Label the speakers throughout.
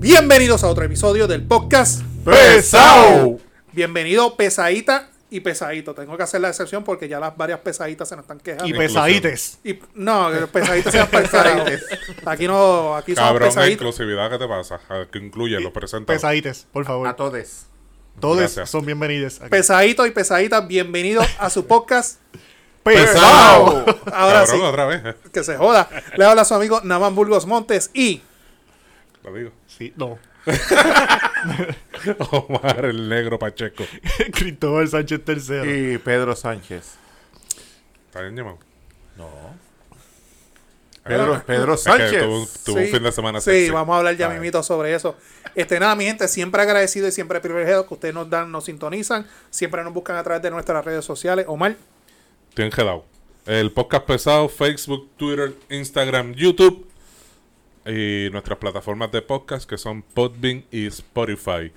Speaker 1: Bienvenidos a otro episodio del podcast.
Speaker 2: ¡Pesao!
Speaker 1: Bienvenido pesadita y pesadito. Tengo que hacer la excepción porque ya las varias pesaditas se nos están quejando.
Speaker 3: Y pesadites.
Speaker 1: Y- no, pesaditas sean pesaditas. Aquí no, aquí son
Speaker 2: Cabrón, la
Speaker 1: pesaditas.
Speaker 2: inclusividad que te pasa. A- Que incluyen los presentados.
Speaker 3: Pesadites, por
Speaker 4: A
Speaker 3: favor.
Speaker 4: todos.
Speaker 3: Todos
Speaker 2: Gracias.
Speaker 3: son bienvenidos. aquí.
Speaker 1: Pesaditos y pesaditas, bienvenidos a su podcast.
Speaker 3: Pesao.
Speaker 1: Ahora
Speaker 2: Cabrón,
Speaker 1: sí,
Speaker 2: otra vez.
Speaker 1: que se joda. Le habla su amigo Namán Burgos Montes y
Speaker 2: Lo digo.
Speaker 3: Sí, no.
Speaker 2: Omar el negro Pacheco.
Speaker 3: Cristóbal Sánchez III.
Speaker 4: Y Pedro Sánchez.
Speaker 2: ¿Está bien llamado?
Speaker 4: No.
Speaker 2: Eh,
Speaker 4: Pedro, Pedro
Speaker 2: es que
Speaker 4: Sánchez.
Speaker 2: tuvo, tuvo un
Speaker 1: Sí.
Speaker 2: fin de semana
Speaker 1: Sí,
Speaker 2: sexy.
Speaker 1: vamos a hablar ya
Speaker 2: Ah,
Speaker 1: mimito sobre eso. Este, nada, mi gente, siempre agradecido y siempre privilegiado que ustedes nos dan, nos sintonizan, siempre nos buscan a través de nuestras redes sociales. Omar,
Speaker 2: Estoy engelado. El podcast pesado, Facebook, Twitter, Instagram, YouTube. Y nuestras plataformas de podcast que son Podbean y Spotify.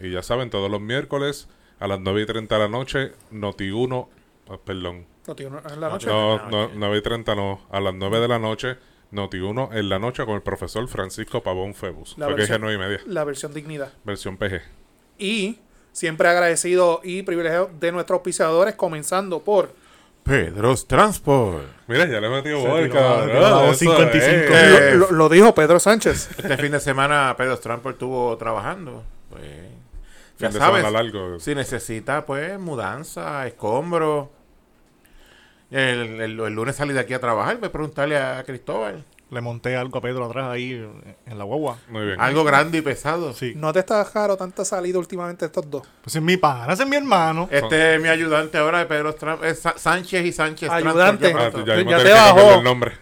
Speaker 2: Y ya saben, todos los miércoles a las 9 y 30 de la noche, Noti1, ah, perdón,
Speaker 1: no tío, no, en la noche.
Speaker 2: No, no, 9 y 30 no. A las 9 de la noche, Noti1 en la noche con el profesor Francisco Pavón Febus.
Speaker 1: La
Speaker 2: Fue que dije
Speaker 1: versión-
Speaker 2: 9 y media.
Speaker 1: La versión dignidad.
Speaker 2: Versión PG.
Speaker 1: Y siempre agradecido y privilegiado de nuestros auspiciadores, comenzando por
Speaker 4: Pedro's Transport.
Speaker 2: Mira, ya le he metido
Speaker 3: Se
Speaker 2: vodka.
Speaker 3: tiró la-
Speaker 2: cabrón,
Speaker 3: tiró la voz
Speaker 2: eso
Speaker 3: 55.
Speaker 2: es.
Speaker 4: Eh.
Speaker 1: lo, lo dijo Pedro Sánchez.
Speaker 4: Este fin de semana Pedro's Transport estuvo trabajando. Pues, ya
Speaker 2: Fin de
Speaker 4: sabes,
Speaker 2: semana largo.
Speaker 4: si necesita, pues, mudanza, escombros. El, el- el lunes salí de aquí a trabajar, pues preguntarle a Cristóbal.
Speaker 3: Le monté algo a Pedro atrás ahí en la guagua.
Speaker 2: Muy bien.
Speaker 4: Algo grande y pesado.
Speaker 3: Sí.
Speaker 1: ¿No te está caro tanta salida últimamente estos dos?
Speaker 3: Pues es mi pana, ese es mi hermano.
Speaker 4: Este es mi ayudante ahora de Pedro Transport. Es Sa- Sánchez y Sánchez
Speaker 1: Ayudante.
Speaker 2: Ah,
Speaker 4: Transport.
Speaker 2: tú
Speaker 4: Yo-
Speaker 2: ya, mismo
Speaker 1: Ya te
Speaker 2: tenés que
Speaker 1: bajó.
Speaker 2: cambiarle el nombre.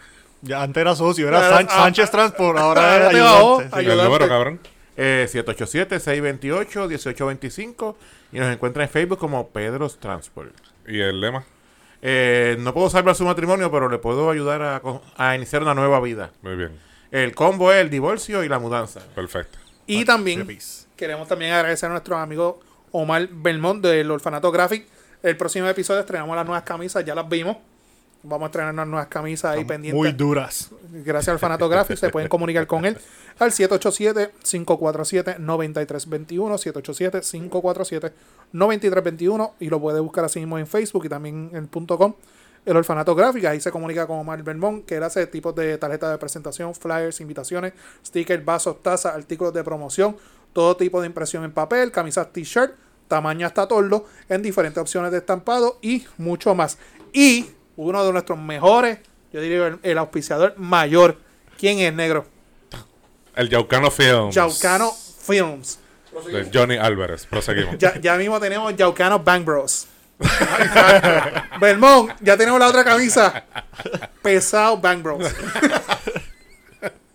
Speaker 3: Ya antes era socio, era
Speaker 1: Ahora-
Speaker 3: San- Sánchez Transport, ahora
Speaker 1: ahora
Speaker 3: era
Speaker 1: te bajó,
Speaker 3: ayudante. sí.
Speaker 1: Ayudante.
Speaker 2: El número, cabrón.
Speaker 4: Eh, 787-628-1825 y nos encuentra en Facebook como Pedro's Transport.
Speaker 2: Y el lema.
Speaker 4: Eh, no puedo salvar su matrimonio, pero le puedo ayudar a, con- a iniciar una nueva vida.
Speaker 2: Muy bien.
Speaker 4: El combo es el divorcio y la mudanza.
Speaker 2: Perfecto.
Speaker 1: Y también
Speaker 3: Chepis.
Speaker 1: queremos también agradecer a nuestro amigo Omar Belmont del Orfanato Graphic. El próximo episodio estrenamos las nuevas camisas, ya las vimos. Vamos a estrenar unas nuevas camisas ahí pendientes.
Speaker 3: Muy duras.
Speaker 1: Gracias al Fanato Graphic, se pueden comunicar con él al 787-547-9321, 787-547-9321 y lo puede buscar así mismo en Facebook y también en .com, el Orfanato Graphic, ahí se comunica con Omar Belmont, que él hace tipos de tarjetas de presentación, flyers, invitaciones, stickers, vasos, tazas, artículos de promoción, todo tipo de impresión en papel, camisas, t-shirt, tamaño hasta tordo, en diferentes opciones de estampado y mucho más. Y uno de nuestros mejores, yo diría el, el auspiciador mayor, ¿quién es negro?
Speaker 2: El Yaucano Films.
Speaker 1: Yaucano Films.
Speaker 2: De Johnny Álvarez. Proseguimos.
Speaker 1: Ya, ya mismo tenemos Yaucano Bang Bros. Belmont, ya tenemos la otra camisa. Pesado Bang Bros.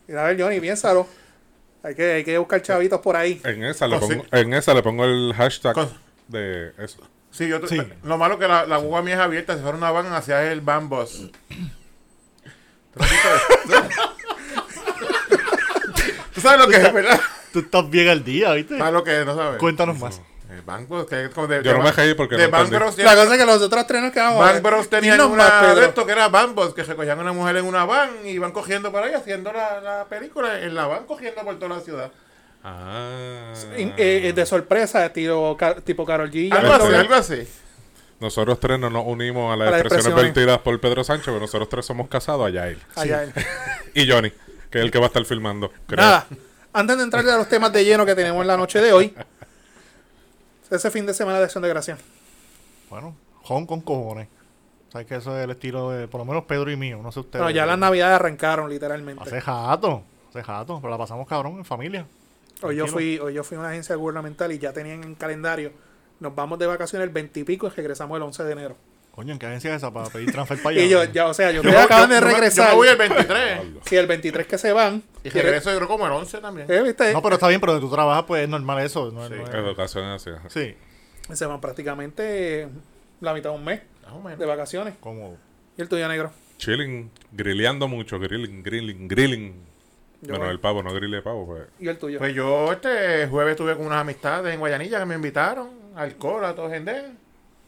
Speaker 1: Mira, a ver, Johnny, piénsalo. Hay que, hay que buscar chavitos por ahí.
Speaker 2: En esa, le
Speaker 4: Con-
Speaker 2: pongo, en esa le pongo el hashtag
Speaker 4: Con-
Speaker 2: de eso.
Speaker 4: Sí, yo t-
Speaker 3: Sí.
Speaker 4: Lo malo que la, la guagua mía es abierta, si fuera una van hacia el van bus. ¿Tú sabes lo que es, verdad?
Speaker 3: Tú estás bien al día, ¿viste?
Speaker 4: ¿Sabes lo que es? No sabes.
Speaker 3: Cuéntanos más.
Speaker 4: El Van Bus, que es como de-
Speaker 2: Yo no
Speaker 4: de
Speaker 2: me
Speaker 4: Van-
Speaker 2: caí porque
Speaker 4: de
Speaker 2: no
Speaker 4: Van
Speaker 2: entendí.
Speaker 4: Bros
Speaker 1: La cosa es que los otros tres nos quedamos. eh,
Speaker 4: Van Bros tenían
Speaker 1: Dinos más,
Speaker 4: una
Speaker 1: Pedro.
Speaker 4: de esto que era Van Bros, que recogían a una mujer en una van y van cogiendo para ahí haciendo la, la película en la van cogiendo por toda la ciudad.
Speaker 2: Ah.
Speaker 1: In- eh, eh, de sorpresa, tiro, ca- tipo Carol G. ya
Speaker 4: Algo
Speaker 1: lo-
Speaker 4: así, algo así.
Speaker 2: Nosotros tres no nos unimos a las
Speaker 1: A las
Speaker 2: expresiones
Speaker 1: expresiones. Ah.
Speaker 2: vertidas por Pedro Sánchez, pero nosotros tres somos casados allá él.
Speaker 1: allá en-
Speaker 2: Y Johnny, que es el que va a estar filmando. creo.
Speaker 1: Nada, antes de entrar a los temas de lleno que tenemos en la noche de hoy, ese fin de semana de Acción de Gracia.
Speaker 3: Bueno, Hong con cojones. Sabes que eso es el estilo de, por lo menos Pedro y mío, no sé ustedes.
Speaker 1: Bueno, ya las navidades arrancaron, literalmente.
Speaker 3: Hace jato, hace jato, pero la pasamos cabrón en familia.
Speaker 1: Hoy yo,
Speaker 3: tranquilo.
Speaker 1: fui, hoy yo fui a una agencia gubernamental y ya tenían en calendario. Nos vamos de vacaciones el 20 y pico y regresamos el 11 de enero.
Speaker 3: Coño, ¿en qué agencia es esa para pedir transfer para allá?
Speaker 1: Y yo, ya, o sea, yo
Speaker 4: Yo-
Speaker 1: acaban
Speaker 4: yo-
Speaker 1: de
Speaker 4: yo me-
Speaker 1: regresar.
Speaker 4: Yo me voy el 23.
Speaker 2: Diablo.
Speaker 1: Si el 23 que se van.
Speaker 4: y regreso yo creo como el 11 también.
Speaker 1: eh, ¿viste?
Speaker 3: No, pero está bien, pero donde tú trabajas, pues es normal eso. no es- no es- sí.
Speaker 2: Educación así.
Speaker 1: Se van prácticamente eh, la mitad de un mes
Speaker 4: Más o menos.
Speaker 1: de vacaciones.
Speaker 3: como
Speaker 1: Y el tuyo negro.
Speaker 2: Chilling, grilleando mucho, grilling, grilling, grilling.
Speaker 1: Yo
Speaker 2: bueno,
Speaker 1: voy.
Speaker 2: el pavo, no grille pavo, pues.
Speaker 1: Y el tuyo.
Speaker 4: Pues yo este jueves estuve con unas amistades en Guayanilla que me invitaron, alcohol, a todo gente.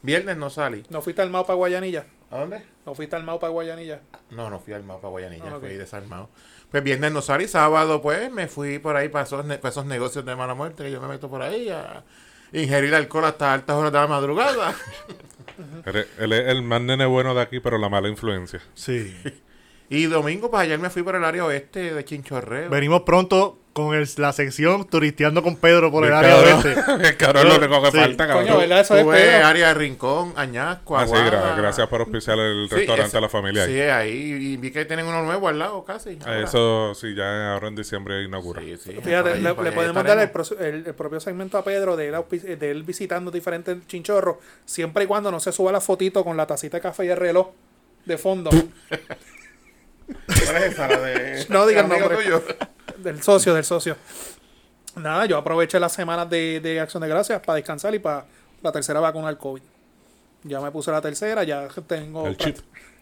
Speaker 4: Viernes no salí.
Speaker 1: ¿No fuiste al mapa Guayanilla?
Speaker 4: ¿A dónde?
Speaker 1: ¿No fuiste al Mau para Guayanilla?
Speaker 4: No, no fui al mapa Guayanilla,
Speaker 1: Ah, ok.
Speaker 4: fui desarmado. Pues viernes no salí, sábado pues me fui por ahí para esos, ne- para esos negocios de mala muerte que yo me meto por ahí a ingerir alcohol hasta altas horas de la madrugada.
Speaker 2: Eres- Él es el más nene bueno de aquí, pero la mala influencia.
Speaker 3: Sí.
Speaker 4: y domingo pues ayer me fui por el área oeste de Chinchorreo.
Speaker 3: Venimos pronto con el- la sección turisteando con Pedro por el
Speaker 2: El
Speaker 3: área
Speaker 2: cabrón-
Speaker 3: oeste.
Speaker 2: el cabrón lo tengo que
Speaker 3: Sí.
Speaker 2: falta, cabrón.
Speaker 1: Coño, ¿verdad? Eso es
Speaker 4: Tuve
Speaker 1: Pedro.
Speaker 4: área de Rincón, Añasco,
Speaker 2: Ah, sí, gra-
Speaker 4: Aguada.
Speaker 2: gracias por auspiciar el
Speaker 4: Sí,
Speaker 2: restaurante
Speaker 4: ese-
Speaker 2: a la familia. ahí.
Speaker 4: Sí, ahí. Y vi que tienen uno nuevo al lado casi.
Speaker 2: Ah,
Speaker 4: ahora.
Speaker 2: Eso sí, ya ahora en diciembre inaugura.
Speaker 4: Sí, sí, por
Speaker 1: Fíjate,
Speaker 4: ahí,
Speaker 1: le,
Speaker 4: por
Speaker 1: le
Speaker 4: ahí
Speaker 1: podemos dar el,
Speaker 4: estaremos.
Speaker 1: pro- el- el propio segmento a Pedro de él, auspici- de él visitando diferentes chinchorros, siempre y cuando no se suba la fotito con la tacita de café y el reloj de fondo
Speaker 4: ¿Cuál es esa? La de-
Speaker 1: No diga el
Speaker 4: amigo
Speaker 1: nombre.
Speaker 4: tuyo.
Speaker 1: del socio, del socio. Nada, yo aproveché las semanas de, de Acción de Gracias para descansar y para la tercera vacuna al COVID. Ya me puse la tercera, ya tengo
Speaker 2: El chip.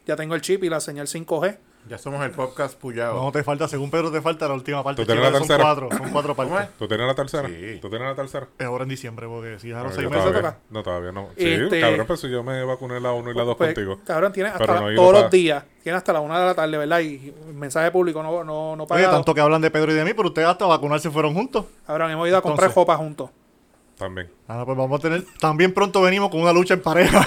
Speaker 1: ya tengo el chip y la señal 5G.
Speaker 4: Ya somos el podcast Puyao.
Speaker 3: No te falta, según Pedro te falta la última parte.
Speaker 2: Tú tenés
Speaker 3: chicos,
Speaker 2: la
Speaker 3: son
Speaker 2: tercera.
Speaker 3: cuatro, son cuatro
Speaker 4: ¿Cómo
Speaker 3: partes.
Speaker 2: ¿Tú tienes la tercera?
Speaker 4: Sí.
Speaker 2: ¿Tú tienes la tercera?
Speaker 3: Es ahora en diciembre, porque si dejaron
Speaker 2: No,
Speaker 3: seis
Speaker 2: yo
Speaker 3: meses.
Speaker 2: todavía,
Speaker 1: toca?
Speaker 2: no, todavía no. Sí,
Speaker 1: Este-
Speaker 2: cabrón, pero si yo me vacuné la 1 y la 2
Speaker 1: Pues,
Speaker 2: contigo.
Speaker 1: Cabrón, tiene hasta
Speaker 2: Pero
Speaker 1: la-
Speaker 2: no he ido
Speaker 1: todos
Speaker 2: pa-
Speaker 1: los días, tiene hasta la una de la tarde, ¿verdad? Y mensaje público no, no, no
Speaker 3: pues, Oye,
Speaker 1: pagado.
Speaker 3: tanto que hablan de Pedro y de mí, pero ustedes hasta vacunarse fueron juntos.
Speaker 1: Cabrón, hemos ido a comprar
Speaker 3: Entonces.
Speaker 1: copas juntos.
Speaker 2: También.
Speaker 3: Nada, pues vamos a tener. También pronto venimos con una lucha en pareja.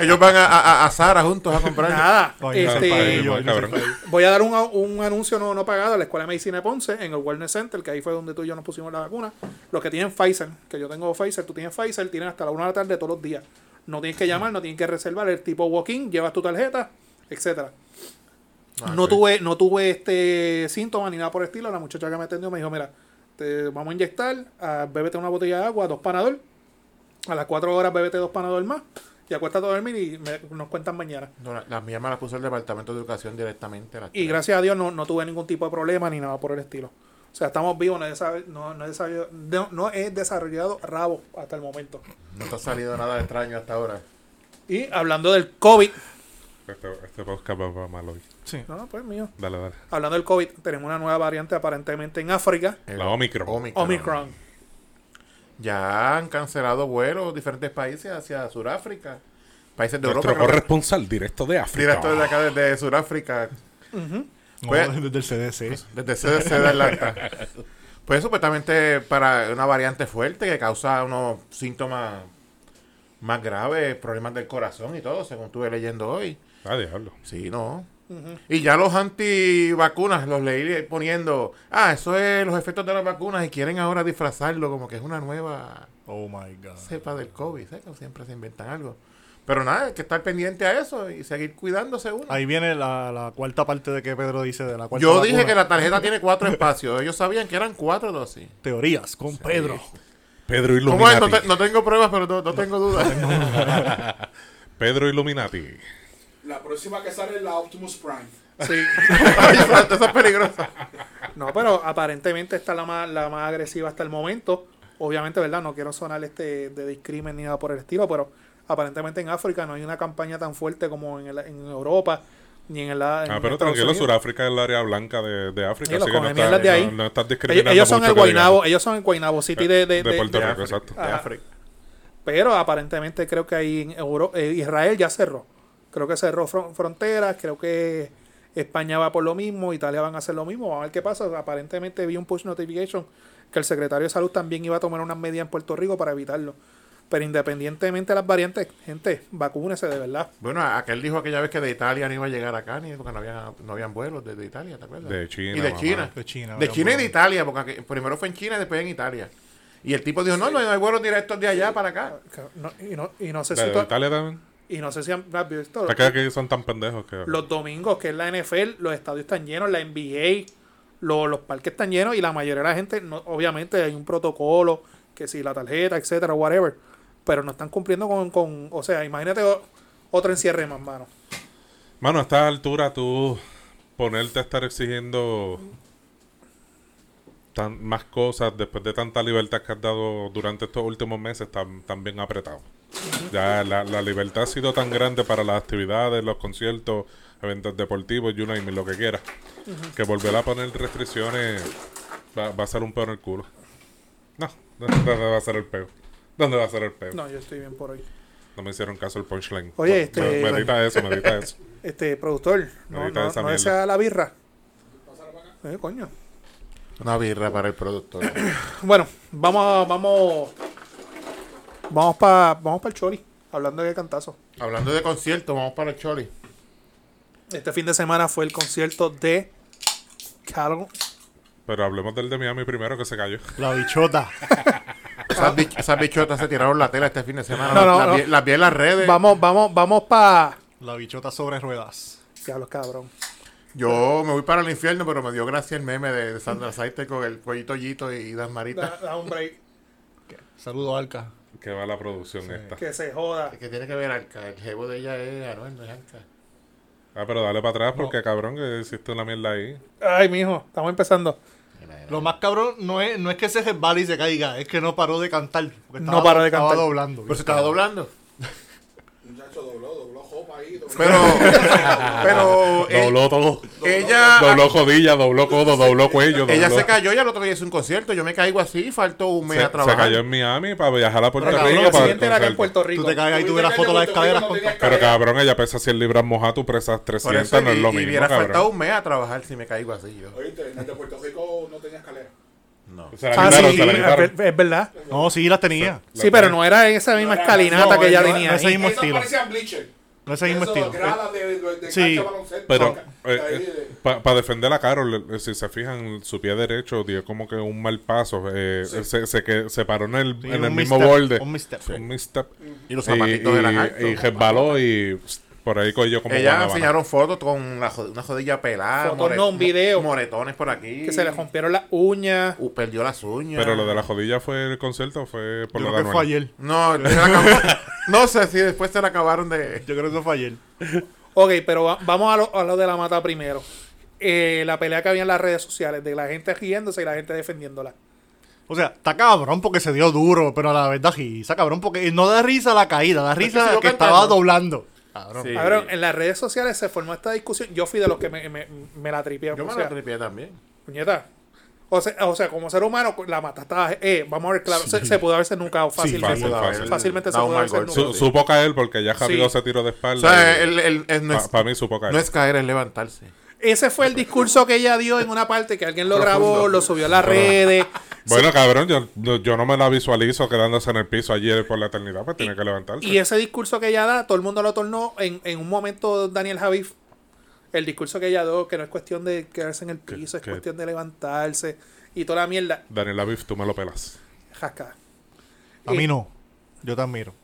Speaker 4: Ellos van a, a, a Sara juntos a comprar.
Speaker 1: Nada.
Speaker 3: No, yo no soy para
Speaker 1: Este,
Speaker 3: ello, yo
Speaker 2: Ay,
Speaker 3: no soy
Speaker 2: cabrón.
Speaker 3: para ello.
Speaker 1: voy a dar un, un anuncio no, no pagado a la Escuela de Medicina de Ponce, en el Wellness Center, que ahí fue donde tú y yo nos pusimos la vacuna. Los que tienen Pfizer, que yo tengo Pfizer, tú tienes Pfizer, tienen hasta la una de la tarde todos los días. No tienes que llamar, no tienes que reservar, el tipo walk-in, llevas tu tarjeta, etcétera.
Speaker 4: Ah,
Speaker 1: no
Speaker 4: sí.
Speaker 1: tuve, no tuve este síntoma ni nada por el estilo. La muchacha que me atendió me dijo, mira, te vamos a inyectar, ah, bébete una botella de agua, dos panadol. A las cuatro horas bébete dos panadol más. Y acuéstate a dormir y me- nos cuentan mañana.
Speaker 4: No, la, la mía me la puso el Departamento de Educación directamente. a las
Speaker 1: Y
Speaker 4: tres.
Speaker 1: gracias a Dios no, no tuve ningún tipo de problema ni nada por el estilo. O sea, estamos vivos, no he, desa- no, no he desarrollado, no- no he desarrollado rabo hasta el momento.
Speaker 4: No te ha salido nada de extraño hasta ahora.
Speaker 1: Y hablando del COVID,
Speaker 2: Este, este podcast va, va mal hoy.
Speaker 3: Sí.
Speaker 1: no, no, pues mío.
Speaker 2: Dale, dale.
Speaker 1: Hablando del COVID, tenemos una nueva variante aparentemente en África,
Speaker 2: La
Speaker 4: Eh,
Speaker 2: Omicron.
Speaker 1: Omicron.
Speaker 4: Ya han cancelado vuelos diferentes países hacia Sudáfrica. Países de
Speaker 2: Nuestro
Speaker 4: Europa. creo que-
Speaker 2: corresponsal directo de África.
Speaker 4: Directo desde acá, desde Sudáfrica.
Speaker 3: No,
Speaker 4: Pues-
Speaker 3: desde el CDC.
Speaker 4: Desde CDC de Atlanta. Pues supuestamente para una variante fuerte que causa unos síntomas más graves, problemas del corazón y todo, según estuve leyendo hoy.
Speaker 2: Ah, diablo.
Speaker 4: Sí, no. Y ya los antivacunas los leí poniendo, ah, eso es los efectos de las vacunas y quieren ahora disfrazarlo como que es una nueva
Speaker 3: Oh my God.
Speaker 4: cepa del COVID, ¿sabes? Como Siempre se inventan algo. Pero nada, hay que estar pendiente a eso y seguir cuidándose uno.
Speaker 3: Ahí viene la, la cuarta parte de que Pedro dice de la cuarta
Speaker 4: Yo dije
Speaker 3: vacuna.
Speaker 4: que la tarjeta tiene cuatro espacios, ellos sabían que eran cuatro dosis.
Speaker 3: Teorías con Pedro.
Speaker 2: Pedro
Speaker 4: ¿Cómo es?
Speaker 2: Illuminati.
Speaker 4: No, te- no tengo pruebas, pero no, no tengo dudas.
Speaker 2: Pedro Illuminati.
Speaker 5: La próxima que sale es la Optimus Prime.
Speaker 1: Sí.
Speaker 4: eso, eso es peligroso.
Speaker 1: No, pero aparentemente está la más, la más agresiva hasta el momento. Obviamente, ¿verdad? No quiero sonar este de discrimen ni nada por el estilo, pero aparentemente en África no hay una campaña tan fuerte como en, el- en Europa ni en la. en
Speaker 2: Ah, pero
Speaker 1: Estados
Speaker 2: tranquilo,
Speaker 1: Unidos.
Speaker 2: Suráfrica es el área blanca de, de África.
Speaker 1: Sí, los
Speaker 2: así que no,
Speaker 1: coloniales
Speaker 2: está-
Speaker 1: de ahí.
Speaker 2: no- no estás
Speaker 1: Ellos,
Speaker 2: discriminando
Speaker 1: ellos son
Speaker 2: mucho,
Speaker 1: el
Speaker 2: que digamos.
Speaker 1: Guaynabo, ellos son el Guaynabo City de, de-
Speaker 2: De
Speaker 1: de-
Speaker 2: Puerto
Speaker 4: de
Speaker 2: Rico,
Speaker 4: África.
Speaker 2: exacto.
Speaker 1: Ah.
Speaker 4: De África.
Speaker 1: Pero aparentemente creo que ahí en Euro- eh, Israel ya cerró. Creo que cerró fron- fronteras, creo que España va por lo mismo, Italia van a hacer lo mismo, vamos a ver qué pasa. Aparentemente vi un push notification que el secretario de salud también iba a tomar unas medidas en Puerto Rico para evitarlo. Pero independientemente de las variantes, gente, vacúnese de verdad.
Speaker 4: Bueno, aquel dijo aquella vez que de Italia no iba a llegar acá, ni porque no habían, no habían vuelos desde Italia, ¿te acuerdas?
Speaker 2: De China,
Speaker 4: Y de
Speaker 2: mamá.
Speaker 4: China.
Speaker 3: De China,
Speaker 4: De
Speaker 3: vaya,
Speaker 4: China y de
Speaker 3: bueno.
Speaker 4: Italia, porque aqu- primero fue en China y después en Italia. Y el tipo dijo, no, no hay vuelos directos de allá para acá.
Speaker 1: No- y, no, y no sé
Speaker 2: De,
Speaker 1: si
Speaker 2: de
Speaker 1: tú-
Speaker 2: Italia también.
Speaker 1: y no sé si han has visto
Speaker 2: ¿Te crees que son tan pendejos que.?
Speaker 1: los domingos, que es la NFL, los estadios están llenos, la NBA, lo- los parques están llenos y la mayoría de la gente, no- obviamente hay un protocolo, que si la tarjeta, etcétera, whatever, pero no están cumpliendo con, con o sea, imagínate o- otro encierre más, mano.
Speaker 2: Mano, a esta altura tú ponerte a estar exigiendo tan, más cosas después de tanta libertad que has dado durante estos últimos meses, están tan bien apretado. Ya la, la libertad ha sido tan grande para las actividades, los conciertos, eventos deportivos, you name it, lo que quieras, que volver a poner restricciones va, va a ser un peo en el culo. No, ¿dónde va a ser el peo? ¿Dónde va a ser el peo?
Speaker 1: No, yo estoy bien por hoy.
Speaker 2: No me hicieron caso el punchline.
Speaker 1: Oye,
Speaker 2: Me-
Speaker 1: este-
Speaker 2: me- Medita eso, medita eso.
Speaker 1: Este, productor, no,
Speaker 2: Ahorita
Speaker 1: no,
Speaker 2: esa
Speaker 1: no
Speaker 2: mierda.
Speaker 1: desea la birra. Eh, coño.
Speaker 4: Una birra para el productor.
Speaker 1: Bueno, vamos a- vamos vamos para vamos para el Chori, hablando de cantazo.
Speaker 4: Hablando de concierto, vamos para el Choli.
Speaker 1: Este fin de semana fue el concierto de Carol.
Speaker 2: Pero hablemos del de Miami primero que se cayó.
Speaker 3: La bichota.
Speaker 4: Esas, bich- esas bichotas se tiraron la tela este fin de semana.
Speaker 1: No, no,
Speaker 4: las,
Speaker 1: no.
Speaker 4: Vi, las vi en las redes.
Speaker 1: Vamos, vamos, vamos para
Speaker 3: La bichota sobre ruedas.
Speaker 1: ya los cabrón.
Speaker 4: Yo me voy para el infierno, pero me dio gracia el meme de, de Sandra Saite con el cuellito hoyito y, y las maritas.
Speaker 1: un break
Speaker 3: Saludo, Alca.
Speaker 2: Que va la producción esta.
Speaker 1: que se joda.
Speaker 4: ¿Qué tiene que ver Arca? El jevo de ella es Anuel, no es Arca.
Speaker 2: Ah, pero dale para atrás porque cabrón que hiciste una mierda ahí.
Speaker 1: Ay, mijo, estamos empezando.
Speaker 3: Lo más cabrón no es, no es que se resbale y se caiga, es que no paró de cantar. porque
Speaker 1: No
Speaker 3: estaba-
Speaker 1: paró de cantar.
Speaker 3: Estaba doblando.
Speaker 4: Pero se estaba doblando.
Speaker 5: Muchacho dobló, dobló jopa ahí. Dobló.
Speaker 4: Pero, pero eh,
Speaker 2: Dobló todo.
Speaker 4: ella,
Speaker 2: Dobló rodilla, dobló codo, dobló cuello.
Speaker 4: Ah, ella
Speaker 2: dobló-
Speaker 4: se cayó y al otro día hizo un concierto. Yo me caigo así y faltó un
Speaker 2: Se,
Speaker 4: mes a
Speaker 2: se
Speaker 4: trabajar.
Speaker 2: cayó en Miami para viajar a Puerto
Speaker 3: Pero, cabrón,
Speaker 2: Rico.
Speaker 1: El
Speaker 2: para el
Speaker 1: siguiente era acá en
Speaker 2: concierto.
Speaker 1: Puerto
Speaker 3: Tú
Speaker 1: Rico.
Speaker 3: te cagas y tú verás fotos de las escaleras con
Speaker 5: Puerto Rico no
Speaker 2: Pero
Speaker 5: tiene
Speaker 2: cabrón, ella pesa 100 libras mojada, tú presas
Speaker 4: Por
Speaker 2: 300,
Speaker 4: eso,
Speaker 2: no es
Speaker 4: y,
Speaker 2: lo
Speaker 4: y
Speaker 2: mismo,
Speaker 4: hubiera
Speaker 2: cabrón.
Speaker 4: faltado un mes a trabajar si me caigo así yo.
Speaker 5: Oíste, en el de Puerto Rico no tenía escalera.
Speaker 4: No.
Speaker 2: Se la
Speaker 1: Ah,
Speaker 2: quitaron,
Speaker 1: sí,
Speaker 2: se la
Speaker 1: es
Speaker 2: quitaron.
Speaker 1: ver- es verdad.
Speaker 3: No, sí, las tenía.
Speaker 1: Sí, pero no era esa misma
Speaker 5: No,
Speaker 1: escalinata
Speaker 3: no,
Speaker 1: que ella
Speaker 3: no,
Speaker 1: tenía.
Speaker 3: no es
Speaker 1: ahí.
Speaker 3: Mismo
Speaker 5: Eso
Speaker 3: estilo.
Speaker 5: parecía bleacher.
Speaker 3: No es el mismo
Speaker 5: Eso,
Speaker 3: estilo.
Speaker 5: grada de, de, de
Speaker 3: Sí,
Speaker 5: cancha de baloncesto.
Speaker 2: Pero
Speaker 5: Ahí, eh,
Speaker 2: para defender a Carol, eh, si se fijan, su pie derecho dio como que un mal paso. eh, se, se, que- se paró en el,
Speaker 3: Sí,
Speaker 2: en
Speaker 3: un
Speaker 2: el mismo
Speaker 3: misstep,
Speaker 2: borde.
Speaker 3: un misstep.
Speaker 2: Un misstep.
Speaker 4: Y los
Speaker 2: Y,
Speaker 4: zapatitos eran
Speaker 2: y,
Speaker 4: altos.
Speaker 2: y resbaló y pss, por ahí cogió como
Speaker 4: Ella
Speaker 2: una habana.
Speaker 4: enseñaron fotos con la jod- una jodilla pelada.
Speaker 1: Fotos, no, un video.
Speaker 4: Moretones por aquí.
Speaker 1: Que se le rompieron las uñas.
Speaker 4: Uh, perdió las uñas.
Speaker 2: Pero lo de la rodilla fue el concierto, o fue por
Speaker 3: Yo creo
Speaker 2: lo de
Speaker 3: que fue
Speaker 2: Anuel.
Speaker 3: ayer.
Speaker 4: No, se la acabó- no sé si después se la acabaron de...
Speaker 3: Yo creo que eso fue ayer.
Speaker 1: Ok, pero va- vamos a lo, a lo de la mata primero. Eh, la pelea que había en las redes sociales de la gente riéndose y la gente defendiéndola.
Speaker 3: O sea, está cabrón porque se dio duro, pero la verdad risa, cabrón, porque no da risa la caída, da risa
Speaker 4: siguió
Speaker 3: que
Speaker 4: cantando.
Speaker 3: estaba doblando. Cabrón.
Speaker 4: Sí.
Speaker 1: Cabrón, en las redes sociales se formó esta discusión. Yo fui de los que me, me- me la tripié.
Speaker 4: Yo
Speaker 1: o
Speaker 4: me
Speaker 1: sea,
Speaker 4: la tripié también.
Speaker 1: puñeta. O sea, o sea, como ser humano, la mata estaba. Eh, vamos a ver, claro, se, se pudo haberse nunca fácilmente.
Speaker 2: fácil, fácil.
Speaker 1: Fácilmente se
Speaker 4: Da un
Speaker 1: pudo
Speaker 4: mal
Speaker 1: haber
Speaker 4: golpe.
Speaker 1: sido
Speaker 2: Su- Supo caer porque ya
Speaker 1: Sí.
Speaker 2: Javier se tiró de
Speaker 4: O
Speaker 2: espalda.
Speaker 4: sea, el, el- el- no, es,
Speaker 2: para mí supo caer.
Speaker 4: no es caer, es levantarse.
Speaker 1: Ese fue el discurso que ella dio en una parte que alguien lo
Speaker 4: Profundo.
Speaker 1: grabó, lo subió a las redes.
Speaker 2: Bueno, cabrón, yo, no- yo no me la visualizo quedándose en el piso ayer por la eternidad, pues tiene que levantarse.
Speaker 1: Y ese discurso que ella da, todo el mundo lo tornó en, en un momento Daniel Javif. El discurso que ella dio, que no es cuestión de quedarse en el piso, es
Speaker 2: que-
Speaker 1: cuestión de levantarse y toda la mierda.
Speaker 2: Daniel Aviv, tú me lo pelas.
Speaker 1: Jasca.
Speaker 3: A mí no. Yo te admiro.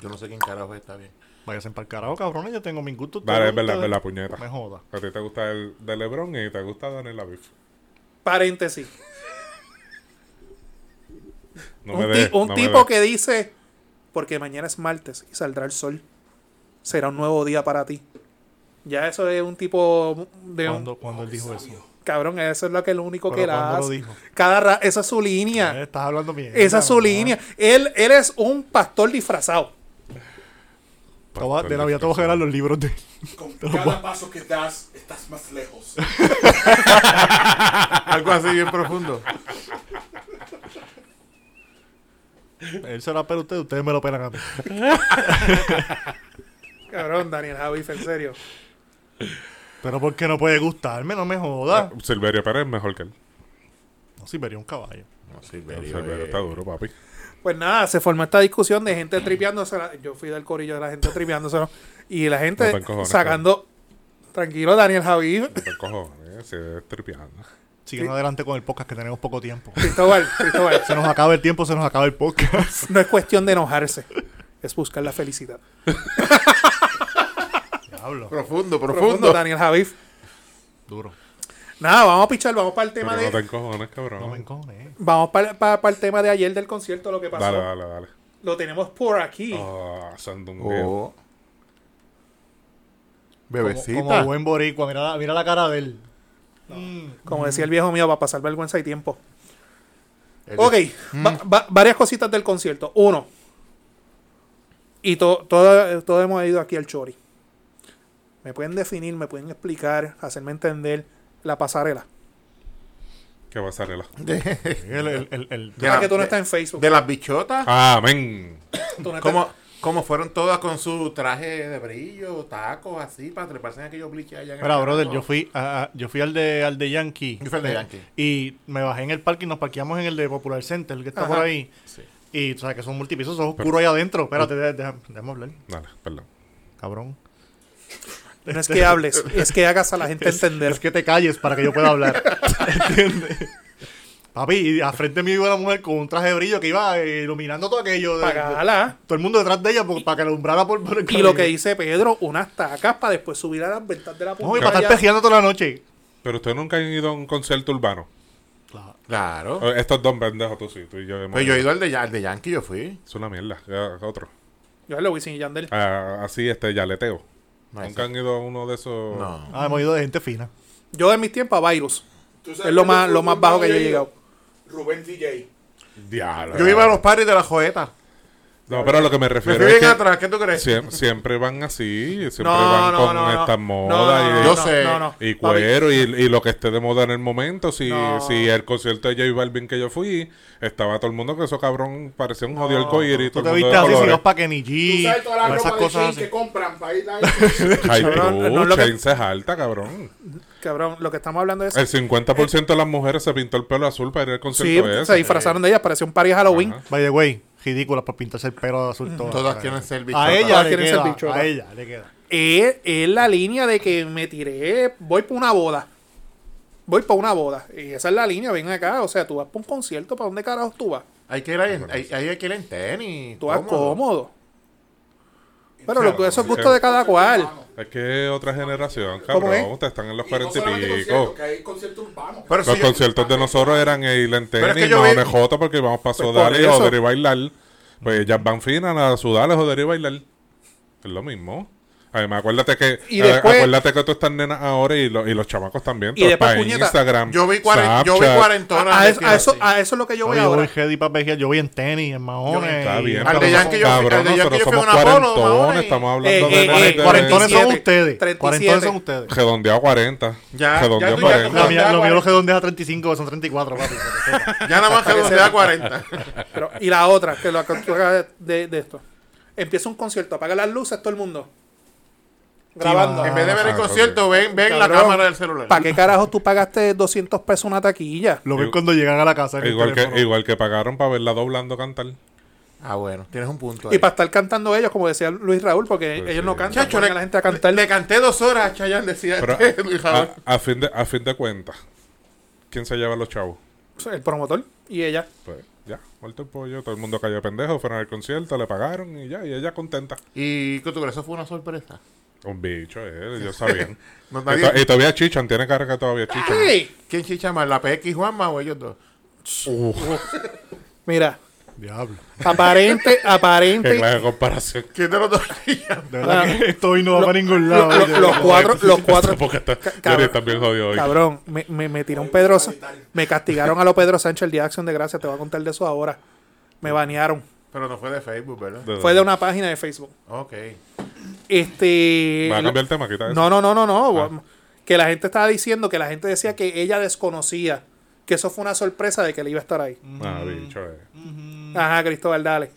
Speaker 4: Yo no sé quién carajo está bien.
Speaker 3: Váyanse para el carajo, cabrones. Yo tengo mis gustos.
Speaker 2: Vale,
Speaker 3: todos
Speaker 2: es verdad, es
Speaker 3: ustedes.
Speaker 2: verdad, puñeta.
Speaker 3: Me joda.
Speaker 2: A ti te gusta el de Lebron y te gusta Daniel Aviv.
Speaker 1: Paréntesis.
Speaker 2: No me
Speaker 1: un
Speaker 2: des,
Speaker 1: ti- un
Speaker 2: no me
Speaker 1: tipo
Speaker 2: des.
Speaker 1: que dice, porque mañana es martes y saldrá el sol, será un nuevo día para ti. Ya eso es un tipo de un
Speaker 3: Cuando, cuando él dijo eso.
Speaker 1: cabrón, eso es lo que lo único
Speaker 3: Pero
Speaker 1: que él
Speaker 3: ¿cuándo lo
Speaker 1: hace.
Speaker 3: dijo?
Speaker 1: Cada ra- esa es su
Speaker 3: Eh,
Speaker 1: línea,
Speaker 3: Estás hablando bien.
Speaker 1: esa es su línea. Él, él es un pastor disfrazado.
Speaker 3: de la vida te voy a regalar los libros de.
Speaker 5: Con cada paso que das, estás más lejos.
Speaker 4: Algo así bien profundo.
Speaker 3: Él se la pela a ustedes, ustedes me lo pelan a mí.
Speaker 1: Cabrón, Daniel Javif, en serio.
Speaker 3: Pero porque no puede gustarme, no me joda.
Speaker 2: Silverio Pérez es mejor que él.
Speaker 3: No, sí, vería un caballo.
Speaker 4: No, Silverio,
Speaker 2: Silverio
Speaker 4: eh.
Speaker 2: está duro, papi.
Speaker 1: Pues nada, se formó esta discusión de gente tripeándosela. Yo fui del corillo de la gente tripeándosela. Y la
Speaker 2: No
Speaker 1: gente
Speaker 2: te encojones,
Speaker 1: sacando. Tranquilo, Daniel Javif.
Speaker 2: No te cojones, se es tripeando.
Speaker 3: Sigan adelante con el podcast que tenemos poco tiempo.
Speaker 1: Cristóbal, Cristóbal.
Speaker 3: Se nos acaba el tiempo, se nos acaba el podcast.
Speaker 1: No es cuestión de enojarse, es buscar la felicidad.
Speaker 3: Diablo,
Speaker 4: Profundo,
Speaker 1: Profundo,
Speaker 4: profundo.
Speaker 1: Daniel Javif.
Speaker 3: duro.
Speaker 1: Nada, vamos a pichar, vamos para el
Speaker 2: Pero
Speaker 1: tema
Speaker 2: no te
Speaker 1: de.
Speaker 2: encojones, cabrón.
Speaker 3: No me encojones. eh.
Speaker 1: Vamos para, para- para el tema de ayer del concierto, lo que pasó.
Speaker 2: dale, dale, dale.
Speaker 1: Lo tenemos por aquí.
Speaker 2: Ah, sandungueo.
Speaker 4: Oh.
Speaker 3: Como,
Speaker 4: Bebecita.
Speaker 3: como buen boricua, mira la, mira la cara de él.
Speaker 1: Como decía el viejo mío, va a pasar vergüenza y tiempo.
Speaker 4: El-
Speaker 1: Ok, va- va- varias cositas del concierto. Uno, y to- todo- todos hemos ido aquí al Chori. Me pueden definir, me pueden explicar, hacerme entender la pasarela.
Speaker 2: Qué pasarela.
Speaker 4: De,
Speaker 3: El, el, el, el-
Speaker 4: Ya.
Speaker 1: Ya Ah, que tú no
Speaker 4: de-
Speaker 1: estás en Facebook.
Speaker 2: Ah.
Speaker 4: de las bichotas.
Speaker 2: Amén.
Speaker 1: tú no estás-
Speaker 4: Como, Como fueron todas con su traje de brillo, tacos, así, para treparse en aquellos bliches allá. en el
Speaker 3: Mira, brother,
Speaker 4: campo.
Speaker 3: yo fui, a- a- yo fui al, de, al de Yankee. Eh,
Speaker 4: Yo fui al de Yankee.
Speaker 3: Y me bajé en el parque y nos parqueamos en el de Popular Center, el que está
Speaker 1: Ajá.
Speaker 3: por ahí.
Speaker 4: Sí.
Speaker 3: Y, o sea, que son multipisos, son oscuros ahí adentro. Espérate, de- deja- déjame hablar,
Speaker 2: Nada, perdón.
Speaker 3: cabrón.
Speaker 1: No es que hables, es que hagas a la gente
Speaker 3: Es
Speaker 1: entender.
Speaker 3: que te calles para que yo pueda hablar. ¿Entiendes? Papi, y al frente mío iba una mujer con un traje de brillo que iba eh, iluminando todo aquello. de- de-
Speaker 1: Pagala.
Speaker 3: todo el mundo detrás de ella por- para que alumbrara por, por el
Speaker 1: Y lo
Speaker 3: camino.
Speaker 1: que dice Pedro, unas tacas para después subir a las ventas de la
Speaker 3: No, y para estar
Speaker 1: pantalla.
Speaker 3: pejeando toda la noche.
Speaker 2: Pero ustedes nunca han ido a un concierto urbano.
Speaker 4: Claro.
Speaker 2: Eh, Estos dos pendejos, tú sí, tú y yo. hemos
Speaker 4: Pues
Speaker 2: ido.
Speaker 4: yo he ido al de, Ya- al de Yankee, yo fui.
Speaker 2: Es una mierda. ya, Otro.
Speaker 1: Yo hablo de Wisin y Yandel.
Speaker 2: Ah, así, este, yaleteo.
Speaker 4: No,
Speaker 2: Nunca
Speaker 4: ese-
Speaker 2: han ido a uno de esos.
Speaker 4: No.
Speaker 3: Ah, hemos ido de gente fina.
Speaker 1: Yo de mis tiempos a Virus.
Speaker 5: Tú sabes
Speaker 1: Es lo
Speaker 5: cuál
Speaker 1: más,
Speaker 5: fue
Speaker 1: lo
Speaker 5: el
Speaker 1: más bajo que yo he llegado.
Speaker 5: Rubén DJ.
Speaker 2: Diablo.
Speaker 4: Yo iba a los paris de la joeta.
Speaker 2: No, pero a lo que me
Speaker 4: Me
Speaker 2: refiero
Speaker 4: fui
Speaker 2: es
Speaker 4: bien
Speaker 2: que
Speaker 4: atrás, ¿qué tú crees?
Speaker 2: siem- siempre van así. Siempre
Speaker 1: No,
Speaker 2: van
Speaker 1: no,
Speaker 2: con
Speaker 1: no, no.
Speaker 2: estas
Speaker 1: No,
Speaker 2: modas
Speaker 1: no,
Speaker 2: y,
Speaker 1: no,
Speaker 4: Yo
Speaker 1: no,
Speaker 4: sé.
Speaker 1: no, no.
Speaker 2: y
Speaker 1: Papi,
Speaker 2: cuero y, y lo que esté de moda en el momento. Si,
Speaker 1: No.
Speaker 2: si el concierto de J Balvin que yo fui, estaba todo el mundo que eso cabrón parecía un jodido el y
Speaker 3: Tú
Speaker 2: todo
Speaker 3: te
Speaker 2: el mundo
Speaker 3: viste
Speaker 2: de
Speaker 3: así, si
Speaker 2: colores.
Speaker 3: los pa' Kenny
Speaker 5: Tú
Speaker 3: G,
Speaker 5: sabes toda la
Speaker 3: esas
Speaker 5: ropa de
Speaker 3: cosas
Speaker 5: jean
Speaker 3: así.
Speaker 5: que compran para ir a
Speaker 2: Ay,
Speaker 1: Cabrón,
Speaker 2: tú,
Speaker 1: no es lo que-
Speaker 2: Chain se jalta, cabrón.
Speaker 1: Cabrón, lo que estamos hablando es.
Speaker 2: El 50% de las mujeres se pintó el pelo azul para ir al
Speaker 1: Sí,
Speaker 2: concierto de eso.
Speaker 1: se disfrazaron de ellas, parecía un party de Halloween.
Speaker 2: Ajá.
Speaker 3: By the way, ridículas para pintarse el pelo azul todo.
Speaker 4: Todas tienen servicio.
Speaker 3: A ella
Speaker 1: Todas
Speaker 3: le
Speaker 1: quieren ser
Speaker 3: queda,
Speaker 1: bichotas.
Speaker 3: a ella le queda.
Speaker 1: es, es la línea de que me tiré, voy para una boda. Voy para una boda. Y esa es la línea, ven acá. O sea, tú vas para un concierto, ¿para dónde carajos tú vas?
Speaker 4: Hay que ir ahí, en- hay, ahí hay que ir en tenis.
Speaker 1: Tú vas cómodo. Pero
Speaker 2: Claro,
Speaker 1: lo que eso es
Speaker 2: sí.
Speaker 1: gusto de cada cual.
Speaker 2: Es que otra generación,
Speaker 1: ¿Cómo
Speaker 2: cabrón.
Speaker 1: es?
Speaker 2: Ustedes están en los
Speaker 5: Y no
Speaker 2: 40 y
Speaker 5: solamente
Speaker 2: pico.
Speaker 5: conciertos, que hay conciertos urbanos.
Speaker 4: Pero
Speaker 2: Los
Speaker 4: si yo- Ah,
Speaker 2: conciertos de nosotros eran el
Speaker 4: Pero
Speaker 2: Lentenis,
Speaker 4: es que
Speaker 2: y
Speaker 4: yo vi- Pues,
Speaker 2: Mahones Jota, porque vamos para
Speaker 1: por
Speaker 2: sudar y
Speaker 1: eso.
Speaker 2: joder y bailar. Pues ellas van finas a sudar, a joder y bailar. Es lo mismo. Además, acuérdate que,
Speaker 1: Y
Speaker 2: a-
Speaker 1: después-
Speaker 2: acuérdate que tú estás nenas ahora y, lo- y los chamacos también.
Speaker 1: Y
Speaker 2: todo
Speaker 1: después,
Speaker 2: está en
Speaker 1: puñeta,
Speaker 2: Instagram.
Speaker 4: Yo vi, cuaren- yo vi
Speaker 2: Snapchat.
Speaker 1: A,
Speaker 4: cuarentonas.
Speaker 1: a eso, a
Speaker 4: vestidas
Speaker 1: eso-
Speaker 4: así.
Speaker 1: a eso es lo que yo
Speaker 3: Yo,
Speaker 1: voy
Speaker 3: yo voy
Speaker 1: ahora.
Speaker 3: heavy para pejear, yo voy en tenis, en mahones.
Speaker 2: Está
Speaker 3: y-
Speaker 2: bien,
Speaker 4: Al de
Speaker 2: pero
Speaker 4: Yankee yo fui-
Speaker 2: cabrón,
Speaker 4: al de Yankee
Speaker 2: nosotros
Speaker 4: yo fui
Speaker 2: somos
Speaker 4: a una polo,
Speaker 2: cuarentones,
Speaker 4: Mahones.
Speaker 2: estamos hablando
Speaker 1: Eh,
Speaker 2: de...
Speaker 1: eh,
Speaker 2: nenes
Speaker 1: eh,
Speaker 2: de-
Speaker 3: Cuarentones son
Speaker 1: 37,
Speaker 3: ustedes.
Speaker 1: 37.
Speaker 3: Cuarentones son ustedes.
Speaker 2: Redondeado 40.
Speaker 4: Ya-
Speaker 2: redondeado
Speaker 4: ya tú ya
Speaker 2: 40.
Speaker 3: La mía, lo mío lo
Speaker 4: 40.
Speaker 3: redondea a 35, son 34, papi. para que sepa.
Speaker 4: Ya nada más que donde da 40.
Speaker 1: Pero- y la otra, que la que tú hagas de, de esto. Empieza un concierto, apaga las luces todo el mundo. Grabando.
Speaker 3: mano.
Speaker 4: En vez de ver el
Speaker 2: Ah,
Speaker 4: concierto, ven, ven la
Speaker 1: Cabrón.
Speaker 4: cámara del celular.
Speaker 1: ¿Para qué carajo tú pagaste 200 pesos una taquilla?
Speaker 3: Lo ven
Speaker 2: Igual-
Speaker 3: cuando llegan a la casa. en el
Speaker 2: Igual que,
Speaker 3: teléfono.
Speaker 2: igual que pagaron para verla doblando cantar.
Speaker 4: Ah, bueno, tienes un punto.
Speaker 1: Y
Speaker 4: ahí.
Speaker 1: para estar cantando ellos, como decía Luis Raúl, porque
Speaker 2: Pues
Speaker 1: ellos
Speaker 2: sí.
Speaker 1: no cantan,
Speaker 4: Chacho,
Speaker 1: ponen
Speaker 4: le-
Speaker 1: a la gente a cantar.
Speaker 4: Le canté dos horas a Chayanne, decía.
Speaker 2: Pero ah,
Speaker 4: este, Luis
Speaker 2: a,
Speaker 4: Raúl.
Speaker 2: a- a fin de, a fin de cuentas, ¿quién se lleva los chavos?
Speaker 1: el promotor y ella.
Speaker 2: Pues ya, muerto el pollo, todo el mundo cayó de pendejo, fueron al concierto, le pagaron y ya, y ella contenta.
Speaker 4: ¿Y qué tú crees? Eso fue una sorpresa.
Speaker 2: Un bicho, eh, ellos sabían.
Speaker 4: No,
Speaker 2: y,
Speaker 4: nadie-
Speaker 2: to- y todavía chichan, tiene cara que todavía chichan.
Speaker 1: ¡Ey!
Speaker 4: ¿Quién chicha más? ¿La PX Juanma o ellos dos?
Speaker 1: Mira,
Speaker 3: Diablo.
Speaker 1: aparente,
Speaker 2: Qué
Speaker 1: aparente.
Speaker 2: clase de comparación.
Speaker 4: ¿Quién de los dos chilla?
Speaker 3: De verdad que esto hoy no va para ningún
Speaker 1: Lo-
Speaker 3: lado.
Speaker 1: lo-
Speaker 3: oye.
Speaker 1: los cuatro, los cuatro.
Speaker 2: Porque está,
Speaker 1: cabrón.
Speaker 2: Yuri está bien jodido hoy.
Speaker 1: Cabrón, me, me, me tiró un Pedro. Sa- Me castigaron a lo Pedro Sánchez el día de acción de gracia. Te voy a contar de eso ahora. Me banearon.
Speaker 4: Pero no fue de Facebook, ¿verdad?
Speaker 2: De-
Speaker 1: Fue de una página de Facebook.
Speaker 4: Ok.
Speaker 1: Este.
Speaker 2: Va a cambiar el tema, quita eso.
Speaker 1: No, no, no, no, no.
Speaker 2: Ah.
Speaker 1: Que la gente estaba diciendo que la gente decía que ella desconocía. Que eso fue una sorpresa de que él iba a estar ahí.
Speaker 2: Ah, bicho, eh.
Speaker 3: Mm.
Speaker 1: Ajá, Cristóbal, dale.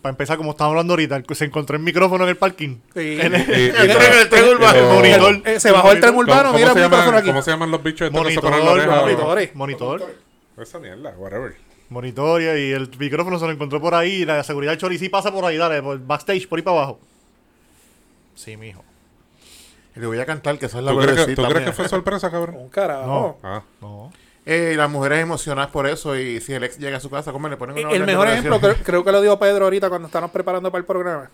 Speaker 3: Para empezar, como estamos hablando ahorita, el- se encontró el micrófono en el parking.
Speaker 1: Sí.
Speaker 3: En el-
Speaker 2: Y- y-
Speaker 4: ¿Quién en el tren urbano?
Speaker 2: Pero-
Speaker 3: monitor.
Speaker 1: Eh, se bajó el tren
Speaker 2: ¿Cómo,
Speaker 1: urbano,
Speaker 2: cómo
Speaker 1: mira
Speaker 2: se
Speaker 1: el micrófono
Speaker 2: llaman,
Speaker 1: aquí.
Speaker 2: ¿Cómo se llaman los bichos estos que se
Speaker 3: Monitor,
Speaker 2: ponen la oreja?
Speaker 1: monitores.
Speaker 3: monitor,
Speaker 2: Esa mierda, whatever.
Speaker 3: monitor, y el micrófono se lo encontró por ahí, y la seguridad del Chori sí pasa por ahí, dale, por backstage, por ahí para abajo. Sí, mijo.
Speaker 4: Y le voy a cantar, que esa es la
Speaker 2: ¿Tú crees, que,
Speaker 4: verdecita
Speaker 2: ¿Tú crees que
Speaker 4: mía.
Speaker 2: fue sorpresa, cabrón?
Speaker 1: Un carajo.
Speaker 3: No.
Speaker 2: Ah.
Speaker 3: No.
Speaker 4: Eh, y las mujeres emocionadas por eso. Y si el ex llega a su casa, ¿cómo le ponen una
Speaker 1: El
Speaker 4: orden de
Speaker 1: mejor ejemplo,
Speaker 4: protección?
Speaker 1: creo, creo que lo dio Pedro ahorita cuando estábamos preparando para el programa.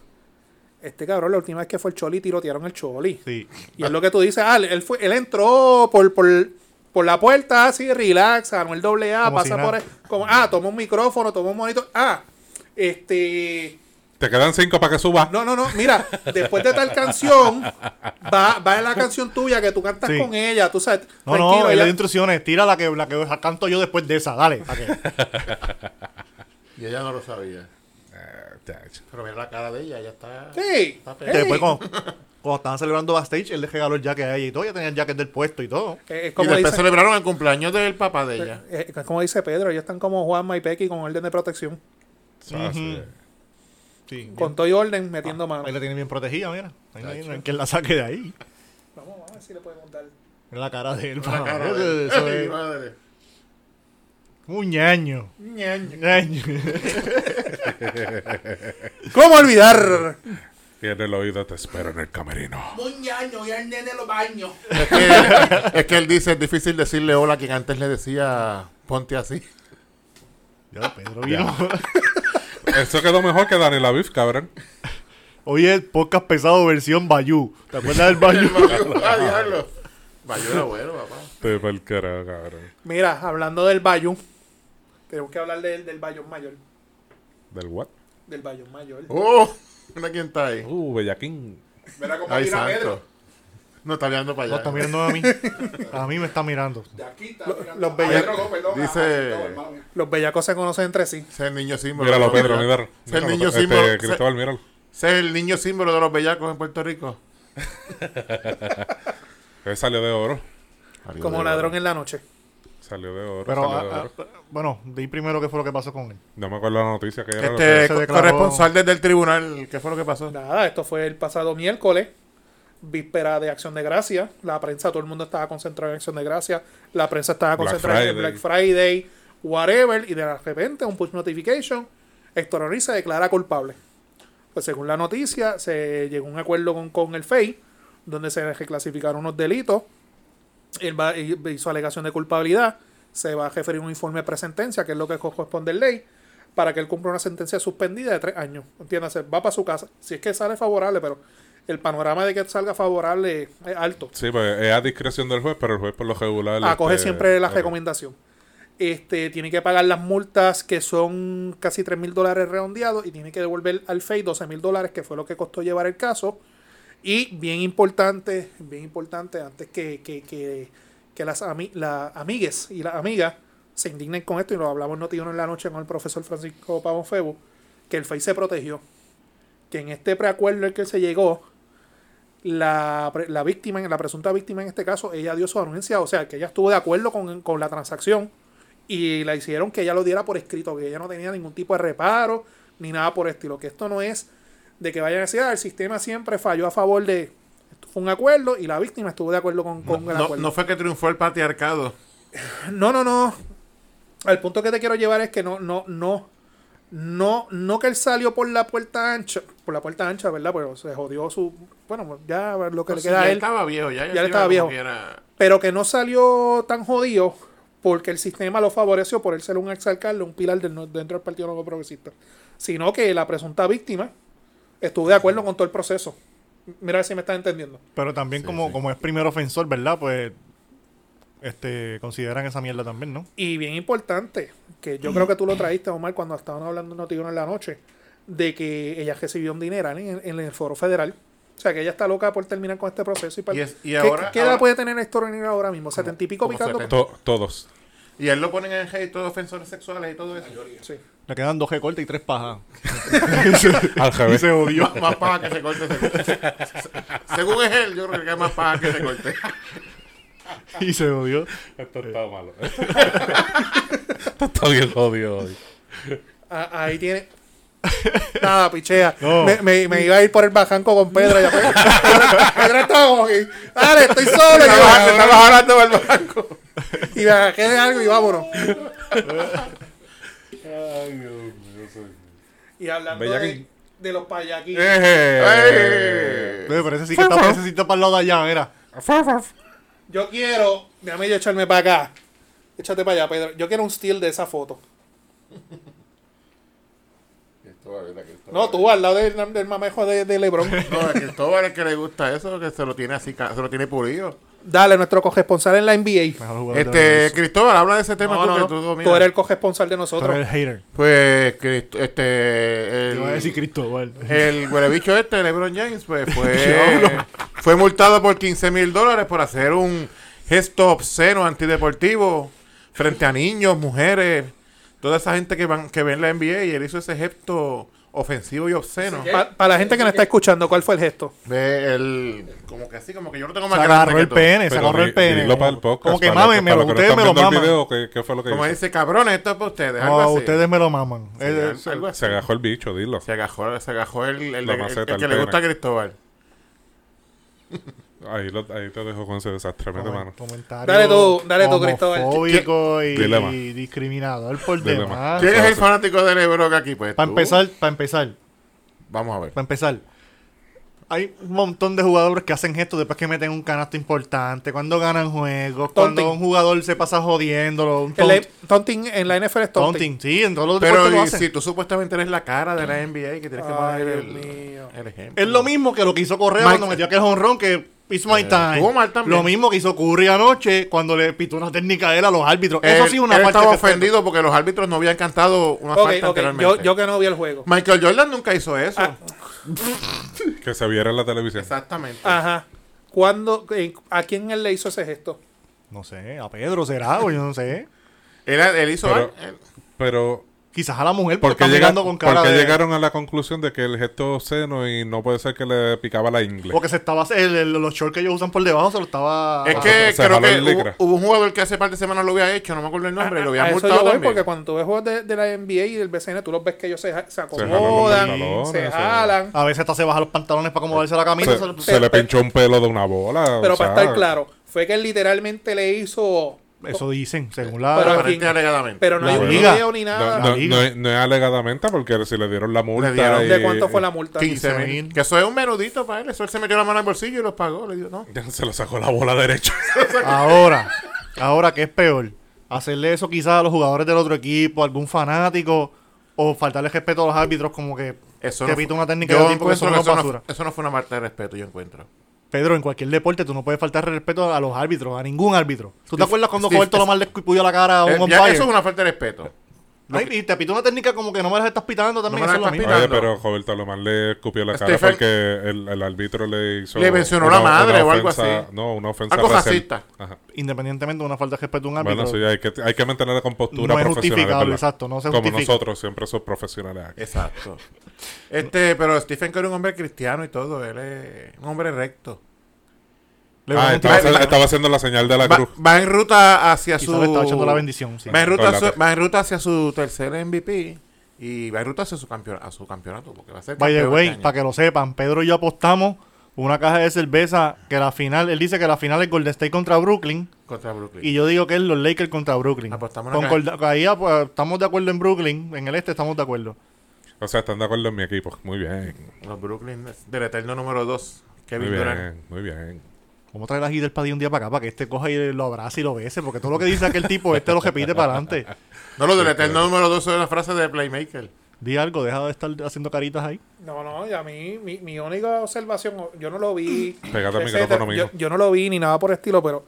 Speaker 1: Este cabrón, la última vez que fue el Choli, tirotearon el Choli.
Speaker 3: Sí.
Speaker 1: Y es lo que tú dices, ah, él, fue, él entró por, por, por la puerta así, relax, ganó el doble A,
Speaker 3: Como
Speaker 1: pasa
Speaker 3: si nada.
Speaker 1: por ahí, como, ah, toma un micrófono, toma un monitor, ah, este...
Speaker 2: Te quedan cinco para que subas.
Speaker 1: No, no, no, mira, después de tal canción, va, va en la canción tuya que tú cantas
Speaker 3: Sí.
Speaker 1: con ella, tú sabes,
Speaker 3: No,
Speaker 1: tranquilo,
Speaker 3: no, él
Speaker 1: ella-
Speaker 3: le dio instrucciones, tira la que, la que canto yo después de esa, dale. pa' que-
Speaker 4: Y ella no lo sabía.
Speaker 2: Eh, Chacho.
Speaker 4: Pero mira la cara de ella, ella está.
Speaker 1: Sí,
Speaker 4: Está
Speaker 1: hey.
Speaker 4: pegada.
Speaker 3: Después, cuando, cuando estaban celebrando backstage, él le regaló el jacket a ella y todo, ya tenía el jacket del puesto y todo.
Speaker 1: Eh, es
Speaker 4: Y
Speaker 1: como
Speaker 4: después
Speaker 1: dice,
Speaker 4: celebraron el cumpleaños del papá de ella.
Speaker 1: eh, es como dice Pedro, ellos están como Juanma y Pequi con orden de protección.
Speaker 2: O sea, sí.
Speaker 3: Sí.
Speaker 1: Con todo y orden, metiendo mano.
Speaker 3: Ahí la tiene bien protegida, mira. Ahí no hay nadie que la saque de ahí.
Speaker 1: Vamos, vamos a ver si le podemos dar.
Speaker 3: En la cara de él.
Speaker 4: Ah,
Speaker 3: para-
Speaker 4: madre.
Speaker 3: Eso
Speaker 4: Ay,
Speaker 3: es
Speaker 4: madre.
Speaker 3: un ñaño.
Speaker 4: Ñaño.
Speaker 3: ñaño.
Speaker 1: ¿Cómo olvidar?
Speaker 2: Y en el oído te espero en el camerino.
Speaker 5: Muñaño y el nene lo baño.
Speaker 4: Es que, es que él dice, es difícil decirle hola a quien antes le decía, ponte así.
Speaker 3: Ya, Pedro vino.
Speaker 2: Eso quedó mejor que Dani Laviv, cabrón.
Speaker 3: Hoy es podcast pesado versión Bayou. ¿Te acuerdas del Bayou?
Speaker 4: Ah, diablo. Vaya, era bueno, papá.
Speaker 2: Te palquera, cabrón.
Speaker 1: Mira, hablando del Bayou, tenemos que hablar del, del Bayou Mayor.
Speaker 2: ¿Del what?
Speaker 1: Del Bayou Mayor.
Speaker 4: ¡Oh! Mira quién está ahí.
Speaker 2: Uh, Bellaquín.
Speaker 5: Mira cómo
Speaker 4: Ay,
Speaker 5: tira
Speaker 4: santo.
Speaker 5: Pedro.
Speaker 4: No, está mirando para
Speaker 3: No,
Speaker 4: allá.
Speaker 3: está mirando a mí. A mí me está mirando.
Speaker 5: De aquí está
Speaker 1: Lo-
Speaker 5: mirando.
Speaker 1: los
Speaker 5: Ah,
Speaker 1: bellos-
Speaker 5: Pedro Gómez, perdón,
Speaker 4: Dice-
Speaker 5: ah, no, hermano mío.
Speaker 1: Los bellacos se conocen entre sí.
Speaker 4: Ese es el niño símbolo.
Speaker 2: Míralo,
Speaker 4: ¿no?
Speaker 2: Pedro, míralo.
Speaker 4: Ese es el niño
Speaker 2: Míralo, este,
Speaker 4: símbolo. ese-
Speaker 2: Cristóbal, míralo.
Speaker 4: ese es el niño símbolo de los bellacos en Puerto Rico.
Speaker 2: Él salió de oro.
Speaker 1: Como ladrón en la noche.
Speaker 2: Salió de oro.
Speaker 3: Pero,
Speaker 2: salió de
Speaker 3: ah,
Speaker 2: oro.
Speaker 3: ah, bueno, di primero qué fue lo que pasó con él.
Speaker 2: No me acuerdo la noticia que era. lo que-
Speaker 4: Este
Speaker 3: se declaró-
Speaker 4: corresponsal desde el tribunal, ¿qué fue lo que pasó?
Speaker 1: Pues Nada, esto fue el pasado miércoles, víspera de Acción de Gracia. La prensa, todo el mundo estaba concentrado en Acción de Gracia. La prensa estaba
Speaker 2: Black
Speaker 1: concentrada en
Speaker 2: Friday.
Speaker 1: Black Friday, whatever. Y de repente, un push notification, Héctor Ortiz se declara culpable. Pues según la noticia, se llegó a un acuerdo con, con el FEI, donde se reclasificaron unos delitos. Él va, y- hizo alegación de culpabilidad. Se va a referir un informe de presentencia, que es lo que corresponde en ley, para que él cumpla una sentencia suspendida de tres años. Entiéndase, va para su casa. Si es que sale favorable, pero el panorama de que salga favorable es alto.
Speaker 2: Sí, pues es a discreción del juez, pero el juez por lo regular.
Speaker 3: Ah,
Speaker 1: Acoge
Speaker 2: este,
Speaker 1: siempre la
Speaker 2: eh,
Speaker 1: recomendación. Este, tiene que pagar las multas que son casi 3 mil dólares redondeados y tiene que devolver al FEI 12 mil dólares, que fue lo que costó llevar el caso. Y bien importante, bien importante, antes que, que, que, que las ami- la- amigues y las amigas se indignen con esto, y lo hablamos en Notiuno en la noche con el profesor Francisco Pavón Febo, que el FEI se protegió. Que en este preacuerdo al que se llegó, la, pre- la víctima, la presunta víctima en este caso, ella dio su anuencia, o sea, que ella estuvo de acuerdo con, con la transacción y la hicieron que ella lo diera por escrito, que ella no tenía ningún tipo de reparo ni nada por el estilo. Que esto no es de que vayan a decir, "Ah, el sistema siempre falló a favor de. Esto fue un acuerdo y la víctima estuvo de acuerdo con, con el
Speaker 4: No,
Speaker 1: acuerdo.
Speaker 4: no fue que triunfó el patriarcado.
Speaker 1: No, no, no. Al punto que te quiero llevar es que no, no, no. No, no que él salió por la puerta ancha, por la puerta ancha, ¿verdad? Pero se jodió su. Bueno, ya lo que
Speaker 4: No,
Speaker 1: le
Speaker 4: Pues sí,
Speaker 1: queda
Speaker 4: ya
Speaker 1: a
Speaker 4: él
Speaker 1: él.
Speaker 4: estaba viejo, ya,
Speaker 1: Ya él estaba
Speaker 4: como
Speaker 1: viejo.
Speaker 4: que era-
Speaker 1: Pero que no salió tan jodido porque el sistema lo favoreció por él ser un exalcalde, un pilar del, dentro del Partido Nuevo Progresista. Sino que la presunta víctima estuvo de acuerdo con todo el proceso. Mira a ver si me estás entendiendo.
Speaker 3: Pero también como, como es primer ofensor, ¿verdad? Pues este consideran esa mierda también, ¿no?
Speaker 1: Y bien importante, que yo creo que tú lo traíste, Omar, cuando estaban hablando en Notiuno en la noche, de que ella recibió un dinero en, en el foro federal. O sea, que ella está loca por terminar con este proceso. ¿Y, para-
Speaker 4: Y es- y
Speaker 1: ¿Qué-
Speaker 4: ahora-
Speaker 1: qué edad
Speaker 4: ahora-
Speaker 1: puede tener Héctor O'Neill ahora mismo? ¿70 y pico
Speaker 4: como
Speaker 1: picando?
Speaker 4: 70.
Speaker 2: to- todos.
Speaker 4: Y él lo ponen en hate, todos ofensores sexuales y todo eso.
Speaker 1: Sí.
Speaker 3: Le quedan dos G cortas y tres pajas.
Speaker 2: Al
Speaker 3: Y
Speaker 2: revés.
Speaker 3: se odió.
Speaker 4: Más, más paja que se corte. Según, según es él, yo creo que es más paja que se corte.
Speaker 3: Y se odió.
Speaker 2: Esto está malo. Esto está bien jodido hoy.
Speaker 1: A- Ah, ahí tiene. Nada, pichea.
Speaker 3: No.
Speaker 1: Me, me- me iba a ir por el bajanco con Pedro. Ya, Pedro, Pedro estaba como que, Dale, estoy solo. y,
Speaker 4: Estaba
Speaker 1: me-
Speaker 4: estaba hablando del banco.
Speaker 1: y me bajé de algo y vámonos.
Speaker 2: Ay, Dios mío, soy.
Speaker 1: Y hablando de,
Speaker 2: Bellaquín.
Speaker 1: de los payaquín.
Speaker 2: ¡Eh!
Speaker 3: Me parece sí que está necesita para el lado de allá, mira.
Speaker 1: Yo quiero. Déjame yo echarme para acá. Échate para allá, Pedro. Yo quiero un steal de esa foto. No, tú al lado del, del mamejo de, de Lebron.
Speaker 4: No, a Cristóbal es que le gusta eso, que se lo tiene así, ca- se lo tiene pulido.
Speaker 1: Dale, nuestro corresponsal en la NBA.
Speaker 3: Mejor jugador de
Speaker 4: Este,
Speaker 3: la
Speaker 4: Cristóbal, habla de ese tema
Speaker 1: No,
Speaker 4: tú,
Speaker 1: no,
Speaker 4: que
Speaker 1: no.
Speaker 4: tú dominas.
Speaker 1: Ah, Tú eres el corresponsal de
Speaker 3: Tú eres
Speaker 1: nosotros.
Speaker 3: el hater.
Speaker 4: Pues, Crist- este,
Speaker 3: Te
Speaker 4: el,
Speaker 3: iba a decir Cristóbal.
Speaker 4: el huelebicho este, LeBron James, pues fue, fue multado por 15 mil dólares por hacer un gesto obsceno antideportivo frente a niños, mujeres, toda esa gente que van que ven la NBA y él hizo ese gesto ofensivo y obsceno.
Speaker 5: ¿Qué?
Speaker 1: Pa- para la gente que nos está escuchando, ¿cuál fue el gesto?
Speaker 4: Ve el. Como que así, como que yo lo tengo más
Speaker 3: Se
Speaker 4: grande
Speaker 3: agarró
Speaker 4: que
Speaker 3: el
Speaker 4: tú.
Speaker 3: pene, se
Speaker 2: Pero
Speaker 3: agarró
Speaker 2: di-
Speaker 3: el pene.
Speaker 2: dilo para el podcast,
Speaker 3: Como que
Speaker 2: para los
Speaker 3: mamen, me
Speaker 2: para
Speaker 3: lo,
Speaker 2: los que no
Speaker 3: ustedes me lo
Speaker 2: están viendo el
Speaker 3: maman.
Speaker 2: video, ¿qué, qué fue lo que
Speaker 4: Como
Speaker 2: hizo?
Speaker 4: dice, cabrones, esto es para ustedes. algo
Speaker 3: No,
Speaker 4: así.
Speaker 3: ustedes me lo maman. Eh, eh,
Speaker 4: algo así.
Speaker 2: Se agajó el bicho, dilo.
Speaker 4: Se agajó, se agajó el, el,
Speaker 2: La
Speaker 4: el-
Speaker 2: maceta,
Speaker 4: el que
Speaker 2: el
Speaker 4: le
Speaker 2: pene.
Speaker 4: gusta a Cristóbal.
Speaker 2: Ahí, lo- ahí te dejo con ese desastre, mete mano.
Speaker 3: comentario
Speaker 1: Dale tú, dale tú, Cristóbal.
Speaker 3: Homofóbico y,
Speaker 2: Dilema.
Speaker 3: y discriminador por
Speaker 2: Dilema.
Speaker 3: demás.
Speaker 4: ¿Quién es el
Speaker 2: entonces-
Speaker 4: fanático de Lebrock aquí? Pues
Speaker 3: Para
Speaker 4: tú.
Speaker 3: empezar, para empezar,
Speaker 4: Vamos a ver.
Speaker 3: para empezar. Hay un montón de jugadores que hacen gestos después que meten un canasto importante, cuando ganan juegos, cuando
Speaker 1: Taunting.
Speaker 3: un jugador se pasa jodiéndolo, un
Speaker 1: En
Speaker 3: taunt-
Speaker 1: la, taunting en la NFL es taunting.
Speaker 3: taunting, sí, en todos los deportes lo
Speaker 4: Pero y
Speaker 3: hacen.
Speaker 4: si tú supuestamente eres la cara de la NBA, que tienes que
Speaker 1: Ay,
Speaker 4: poner
Speaker 1: Dios
Speaker 4: el,
Speaker 1: mío.
Speaker 4: el ejemplo.
Speaker 3: Es lo mismo que lo que hizo Correa
Speaker 4: Mike- Eh,
Speaker 3: cuando metió aquel honrón que it's my time.
Speaker 4: estuvo mal también.
Speaker 3: Lo mismo que hizo Curry anoche cuando le pitó una técnica a él a los árbitros. Eso
Speaker 4: Él-
Speaker 3: sí una
Speaker 4: él
Speaker 3: falta
Speaker 4: estaba
Speaker 3: de respeto.
Speaker 4: ofendido porque los árbitros no habían cantado una
Speaker 1: Ok,
Speaker 4: falta
Speaker 1: ok,
Speaker 4: anteriormente.
Speaker 1: yo, yo que no vi el juego.
Speaker 4: Michael Jordan nunca hizo eso.
Speaker 1: Ah.
Speaker 2: Que se viera en la televisión.
Speaker 4: Exactamente.
Speaker 1: Ajá. ¿Cuándo, eh, ¿A quién él le hizo ese gesto?
Speaker 3: No sé, a Pedro será, o yo no sé.
Speaker 4: Él, él hizo.
Speaker 2: Pero-
Speaker 4: él-
Speaker 2: Pero,
Speaker 3: Quizás a la mujer
Speaker 2: ¿por
Speaker 3: porque
Speaker 2: qué,
Speaker 3: está
Speaker 2: llega-
Speaker 3: mirando con cara
Speaker 2: por qué
Speaker 3: de-
Speaker 2: llegaron a la conclusión de que el gesto obsceno y no puede ser que le picaba la ingle?
Speaker 3: Porque se estaba el- el- los shorts que ellos usan por debajo se lo estaba
Speaker 4: es
Speaker 2: Ah,
Speaker 4: que
Speaker 2: o sea,
Speaker 4: creo
Speaker 2: jaló
Speaker 4: que
Speaker 2: el licra.
Speaker 4: hubo, hubo un jugador que hace par de semanas lo había hecho, no me acuerdo el nombre, y lo
Speaker 1: A- a
Speaker 4: había
Speaker 1: eso yo
Speaker 4: multado
Speaker 1: voy,
Speaker 4: también.
Speaker 1: porque cuando tú ves juegos de, de la NBA y del BCN, tú los ves que ellos se, ja- se
Speaker 2: jalan los
Speaker 1: acomodan,
Speaker 2: pantalones,
Speaker 1: se,
Speaker 2: se-
Speaker 1: jalan.
Speaker 3: a veces hasta se baja los pantalones para acomodarse la camisa.
Speaker 2: se,
Speaker 3: se lo-
Speaker 2: se le pinchó un pelo de una bola.
Speaker 1: Pero
Speaker 2: o
Speaker 1: para
Speaker 2: sea,
Speaker 1: estar claro, fue que él literalmente le hizo...
Speaker 3: Eso dicen, según la...
Speaker 1: Pero-
Speaker 4: Aparente y alegadamente.
Speaker 1: Pero no
Speaker 3: Ah, La
Speaker 1: hay un
Speaker 3: liga.
Speaker 1: video ni nada
Speaker 2: No, no,
Speaker 3: La liga.
Speaker 2: no es- no es alegadamente porque si le dieron la multa.
Speaker 4: Le dieron.
Speaker 2: y-
Speaker 1: de cuánto fue la multa.
Speaker 4: 15 mil.
Speaker 3: 15.000.
Speaker 4: Que eso es un menudito para él. Eso él se metió la mano al bolsillo y los pagó. Le digo, no.
Speaker 2: Se lo sacó la bola derecha.
Speaker 3: Ahora, ahora, ¿qué es peor? ¿Hacerle eso quizás a los jugadores del otro equipo, a algún fanático, o faltarle respeto a los árbitros como que
Speaker 4: Eso
Speaker 3: te
Speaker 4: no
Speaker 3: pita
Speaker 4: fue-
Speaker 3: una técnica
Speaker 4: yo
Speaker 3: de tipo que
Speaker 4: encuentro
Speaker 3: son una
Speaker 4: que eso no-
Speaker 3: basura?
Speaker 4: Eso no fue una falta de respeto, yo encuentro.
Speaker 3: Pedro, en cualquier deporte tú no puedes faltar respeto a los árbitros, a ningún árbitro. ¿Tú te acuerdas cuando
Speaker 4: Steve-
Speaker 3: Roberto Lamar le escupió la cara a un
Speaker 4: Eh, ya,
Speaker 3: umpire?
Speaker 4: eso es una falta de respeto.
Speaker 3: Ay, y te pitó una técnica como que no me las estás pitando también.
Speaker 4: No me
Speaker 3: eso es
Speaker 4: las
Speaker 3: lo
Speaker 4: estás
Speaker 3: mismo.
Speaker 4: pitando.
Speaker 2: Oye, pero Roberto Lomar le escupió la cara
Speaker 4: Stephen-
Speaker 2: porque el, el árbitro le hizo.
Speaker 4: Le mencionó la madre o algo
Speaker 2: ofensa-
Speaker 4: así.
Speaker 2: No, una ofensa.
Speaker 4: Algo
Speaker 2: racial.
Speaker 4: fascista.
Speaker 2: Ajá.
Speaker 3: Independientemente de una falta de respeto a un árbitro.
Speaker 2: Bueno, sí, hay que, hay que mantener la compostura
Speaker 3: No es
Speaker 2: profesional.
Speaker 3: justificable,
Speaker 2: ¿verdad?
Speaker 3: exacto, no se
Speaker 2: Como
Speaker 3: justifica.
Speaker 2: nosotros, siempre somos profesionales aquí.
Speaker 4: Exacto. este, pero Stephen Curry es un hombre cristiano y todo. Él es un hombre recto.
Speaker 3: Le
Speaker 2: Ah,
Speaker 3: pregunté-
Speaker 2: estaba, haciendo-
Speaker 4: va-
Speaker 2: estaba haciendo la señal de la
Speaker 4: Va,
Speaker 2: cruz.
Speaker 4: va en ruta hacia
Speaker 3: Quizás
Speaker 4: su.
Speaker 3: le estaba echando la bendición, sí.
Speaker 4: Va en, ruta
Speaker 2: Con la
Speaker 4: a su-
Speaker 2: ter-
Speaker 4: va en ruta hacia su tercer MVP y va en ruta hacia su, campeon- a su campeonato. Porque va a ser
Speaker 3: By the
Speaker 4: campeón
Speaker 3: way,
Speaker 4: este año.
Speaker 3: para que lo sepan, Pedro y yo apostamos una caja de cerveza que la final, él dice que la final es Golden State contra Brooklyn
Speaker 4: contra Brooklyn.
Speaker 3: y yo digo que es los Lakers contra Brooklyn.
Speaker 4: Apostamos
Speaker 3: Con
Speaker 4: una
Speaker 3: Golda- ahí ap- estamos de acuerdo en Brooklyn, en el este estamos de acuerdo.
Speaker 2: O sea, están de acuerdo en mi equipo. Muy bien.
Speaker 4: Los Brooklyn Nets, del eterno número 2,
Speaker 2: Muy
Speaker 4: Kevin Durant.
Speaker 2: bien. Muy bien.
Speaker 3: Vamos a traer a Hidel para un día para acá para que este coja y lo abrace y lo bese, porque todo lo que dice aquel tipo, este lo repite para adelante.
Speaker 4: No, los del eterno número 2 es una frase de Playmaker.
Speaker 3: Di algo, deja de estar haciendo caritas ahí.
Speaker 1: No, no, y a mí, mi, mi única observación, yo no lo vi.
Speaker 2: Pégate al
Speaker 1: etcétera.
Speaker 2: micrófono,
Speaker 1: yo,
Speaker 2: mijo.
Speaker 1: yo no lo vi ni nada por el estilo, pero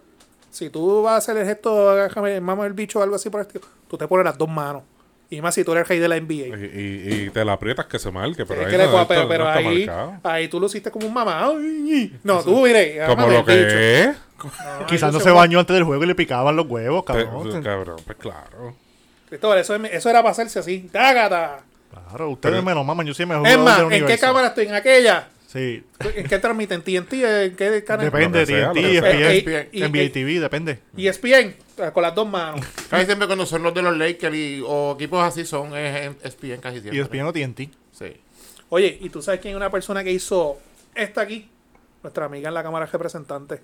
Speaker 1: si tú vas a hacer el gesto, agárrame, mama el bicho o algo así por el estilo, tú te pones las dos manos. Y más si tú eres el rey de la NBA.
Speaker 2: Y, y- y te la aprietas que se marque. Pero
Speaker 1: es
Speaker 2: ahí
Speaker 1: que le
Speaker 2: no,
Speaker 1: cua-
Speaker 2: esto
Speaker 1: pero
Speaker 2: no
Speaker 1: pero
Speaker 2: está
Speaker 1: ahí,
Speaker 2: marcado.
Speaker 1: ahí tú lo hiciste como un mamá. No, tú mire.
Speaker 2: Como
Speaker 1: ámame
Speaker 2: lo
Speaker 1: el
Speaker 2: que
Speaker 1: bicho.
Speaker 2: es.
Speaker 1: No,
Speaker 3: Quizás
Speaker 1: yo
Speaker 3: no
Speaker 1: sé
Speaker 3: se
Speaker 1: cómo-
Speaker 3: bañó antes del juego y le picaban los huevos,
Speaker 2: Te-
Speaker 3: cabrón.
Speaker 2: Cabrón, pues claro.
Speaker 1: Cristóbal, eso, es- eso era para hacerse así. ¡Tágata!
Speaker 3: Claro, ustedes
Speaker 2: Pero-
Speaker 3: me lo maman, yo sí me
Speaker 1: Es
Speaker 3: juego
Speaker 1: más,
Speaker 3: del
Speaker 1: ¿en qué
Speaker 3: universo.
Speaker 1: cámara estoy? ¿En aquella?
Speaker 3: Sí,
Speaker 1: ¿En qué transmiten? ¿TNT? ¿En qué canal?
Speaker 2: Lo que
Speaker 3: Depende,
Speaker 2: sea,
Speaker 3: TNT,
Speaker 2: lo que
Speaker 1: sea.
Speaker 3: ESPN,
Speaker 1: Y- y-
Speaker 3: NBA TV, depende.
Speaker 1: Y es bien, con las dos manos.
Speaker 4: Casi siempre cuando son los de los Lakers y- o equipos así son es en ESPN casi siempre.
Speaker 3: Y ESPN o TNT.
Speaker 4: Sí.
Speaker 1: Oye, ¿y tú sabes quién es una persona que hizo esta aquí? Nuestra amiga en la Cámara de Representantes,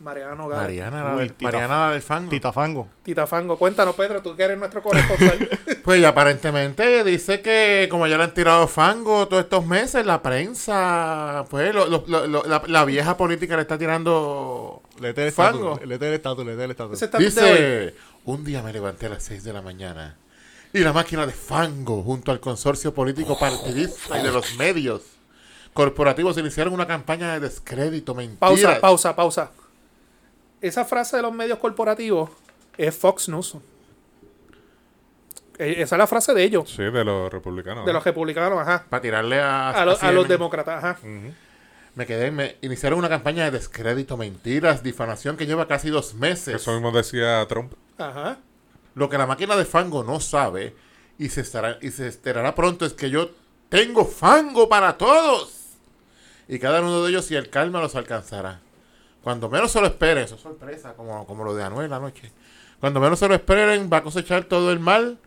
Speaker 1: Mariana Nogales.
Speaker 4: Mariana, la
Speaker 3: Uy,
Speaker 4: del,
Speaker 3: Tita-
Speaker 4: Mariana la del fango.
Speaker 3: Titafango.
Speaker 1: Tita Fango, cuéntanos, Pedro, tú que eres nuestro corresponsal.
Speaker 4: Pues y aparentemente dice que como ya le han tirado fango todos estos meses, la prensa, pues lo- lo- lo- lo- la, la vieja política le está tirando
Speaker 3: Lete el
Speaker 4: fango.
Speaker 3: estatus, lete el estatus, lete el estatus.
Speaker 1: Ese está de hoy.
Speaker 4: Dice, un día me levanté a las 6 de la mañana y la máquina de fango junto al consorcio político partidista y de los medios corporativos iniciaron una campaña de descrédito,
Speaker 1: Pausa,
Speaker 4: mentiras.
Speaker 1: pausa, pausa. Esa frase de los medios corporativos es Fox News. Eh, Esa es la frase de ellos,
Speaker 2: Sí, de los republicanos.
Speaker 1: de los republicanos, ajá.
Speaker 4: Para tirarle a,
Speaker 2: Ah,
Speaker 1: A, los- a
Speaker 4: CNN.
Speaker 1: los demócratas, ajá.
Speaker 4: Me quedé, me iniciaron una campaña de descrédito, mentiras, difamación que lleva casi dos meses.
Speaker 2: Eso mismo decía Trump.
Speaker 1: Ajá.
Speaker 4: Lo que la máquina de fango no sabe y se, estará, y se enterará pronto es que yo Tengo fango para todos. Y cada uno de ellos, si el calma los alcanzará. Cuando menos se lo esperen, eso es sorpresa, como, como lo de Anuel anoche. Cuando menos se lo esperen, va a cosechar todo el mal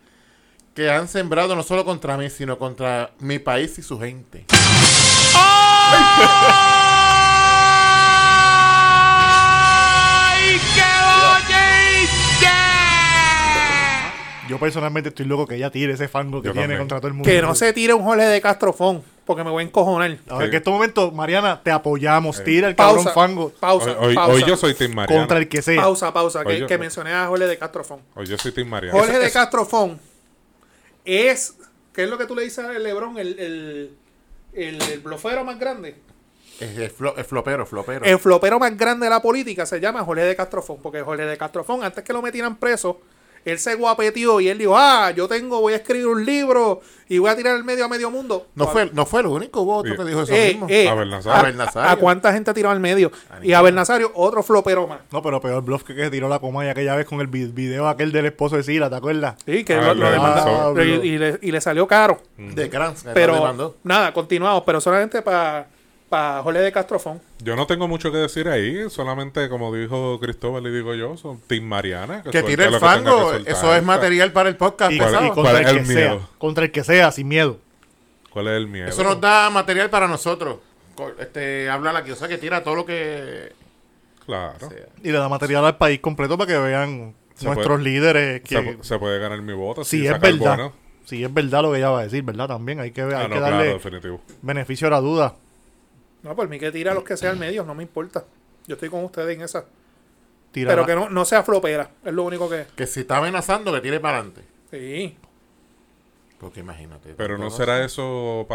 Speaker 4: que han sembrado no solo contra mí, sino contra mi país y su gente.
Speaker 3: Yo personalmente estoy loco que ella tire ese fango que
Speaker 2: Yo
Speaker 3: tiene
Speaker 2: también.
Speaker 3: contra todo el mundo.
Speaker 1: Que no se tire un jole de castrofón, porque me voy a encojonar.
Speaker 3: Ahora,
Speaker 2: Sí.
Speaker 3: que en estos momentos, Mariana, te apoyamos. Tira el cabrón
Speaker 1: Pausa,
Speaker 3: fango
Speaker 1: pausa,
Speaker 2: Hoy, hoy-
Speaker 1: pausa.
Speaker 2: hoy yo soy Team Mariana.
Speaker 3: contra el que sea.
Speaker 1: Pausa, pausa, que,
Speaker 2: Oye,
Speaker 1: que
Speaker 2: oye.
Speaker 1: mencioné a Jorge de Castrofón.
Speaker 2: Hoy yo soy Team Mariana.
Speaker 1: Jorge de Castrofón es, ¿qué es lo que tú le dices al Lebron? El, el, el, el blofero más grande.
Speaker 4: Es el, flo- el flopero, flopero.
Speaker 1: El flopero más grande de la política se llama Jorge de Castrofón, porque Jorge de Castrofón, antes que lo metieran preso, él se guapetió y él dijo, ah, yo tengo, voy a escribir un libro y voy a tirar el medio a medio mundo.
Speaker 4: no, fue, no fue el único, hubo otro
Speaker 2: Sí.
Speaker 4: que dijo eso
Speaker 1: Eh,
Speaker 4: mismo.
Speaker 1: eh,
Speaker 2: Abel Nazario.
Speaker 4: Abel Nazario.
Speaker 1: ¿A cuánta gente ha tirado al medio? Y Abel Nazario, otro flopero más.
Speaker 3: No, pero peor bluff que, que tiró la coma ya aquella vez con el vi- video aquel del esposo de Sila, ¿te acuerdas?
Speaker 1: Sí, que
Speaker 2: Ah,
Speaker 1: lo-
Speaker 2: lo
Speaker 1: lo
Speaker 2: demandó.
Speaker 1: demandó. Y, y le, y le salió caro.
Speaker 4: De Kranz, que lo
Speaker 1: Pero
Speaker 4: demandó.
Speaker 1: nada, continuamos, pero solamente para pa Jorge de Castrofón.
Speaker 2: Yo no tengo mucho que decir ahí, solamente como dijo Cristóbal y digo yo, son Team Mariana.
Speaker 4: Que
Speaker 2: suelte
Speaker 4: tire el
Speaker 2: lo que tenga que
Speaker 4: fango,
Speaker 2: soltar.
Speaker 4: eso es material para el podcast.
Speaker 3: Y,
Speaker 2: ¿Cuál-
Speaker 4: pesado.
Speaker 3: y
Speaker 2: cuál
Speaker 3: contra el,
Speaker 2: es el
Speaker 3: que sea.
Speaker 2: miedo?
Speaker 3: Contra el que sea, sin miedo.
Speaker 2: ¿Cuál es el miedo?
Speaker 4: Eso nos da material para nosotros. Co- Este, habla la que, o sea, que tira todo lo que
Speaker 2: Claro.
Speaker 4: sea.
Speaker 3: Y le da material al país completo para que vean
Speaker 2: Se
Speaker 3: nuestros
Speaker 2: puede-
Speaker 3: líderes.
Speaker 2: Se,
Speaker 3: Que,
Speaker 2: pu- se puede ganar mi voto.
Speaker 3: si
Speaker 2: sí,
Speaker 3: es
Speaker 2: sacar
Speaker 3: verdad.
Speaker 2: bueno.
Speaker 3: Si es verdad lo que ella va a decir, ¿verdad? También hay que, ver- hay
Speaker 2: Ah, no,
Speaker 3: que
Speaker 2: claro,
Speaker 3: darle
Speaker 2: definitivo.
Speaker 3: beneficio a la duda.
Speaker 1: No, por mí que tira a los que sean medios, no me importa. Yo estoy con ustedes en esa.
Speaker 3: Tirar
Speaker 1: Pero que no, no sea flopera, es lo único que...
Speaker 4: Que si está amenazando, que tire para adelante.
Speaker 1: Sí.
Speaker 4: Porque imagínate.
Speaker 2: Pero no
Speaker 4: tanto-
Speaker 2: será eso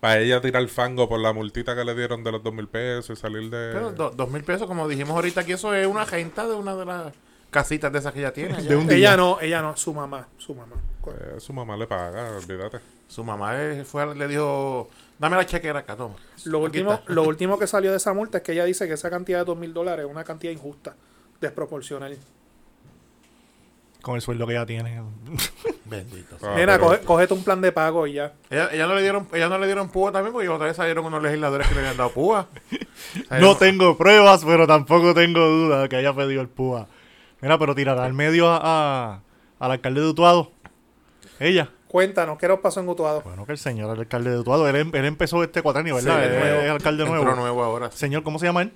Speaker 2: para ella tirar fango por la multita que le dieron de los dos mil pesos y salir de...
Speaker 4: Pero do- dos mil pesos, como dijimos ahorita, que eso es una agenta de una de las casitas de esas que ella tiene. allá.
Speaker 3: De un día.
Speaker 1: Ella no, ella no, su mamá, su mamá.
Speaker 2: Eh, su mamá le paga, olvídate.
Speaker 4: Su mamá eh, fue, le dijo, dame la chequera acá, toma.
Speaker 1: Lo
Speaker 4: Aquí
Speaker 1: último,
Speaker 4: está.
Speaker 1: lo último que salió de esa multa es que ella dice que esa cantidad de dos mil dólares es una cantidad injusta, desproporcional.
Speaker 3: con el sueldo que ella tiene.
Speaker 4: Bendito. sea.
Speaker 2: Ah,
Speaker 1: Nena,
Speaker 2: pero-
Speaker 1: coge- cógete un plan de pago y ya.
Speaker 4: Ella, ella no le dieron, ella no le dieron púa también, porque otra vez salieron unos legisladores que le habían dado púa.
Speaker 3: no tengo pruebas, pero tampoco tengo duda de que haya pedido el púa. Mira, pero tirará al medio a, a- al alcalde de Utuado. Ella.
Speaker 1: Cuéntanos, ¿qué nos pasó en Utuado?
Speaker 3: Bueno, que el señor el alcalde de Utuado. Él, em- él empezó este cuatrenio, ¿verdad?
Speaker 4: Sí,
Speaker 3: Él
Speaker 4: de nuevo.
Speaker 3: es alcalde nuevo.
Speaker 4: Entró nuevo ahora.
Speaker 3: Señor, ¿cómo se llama él?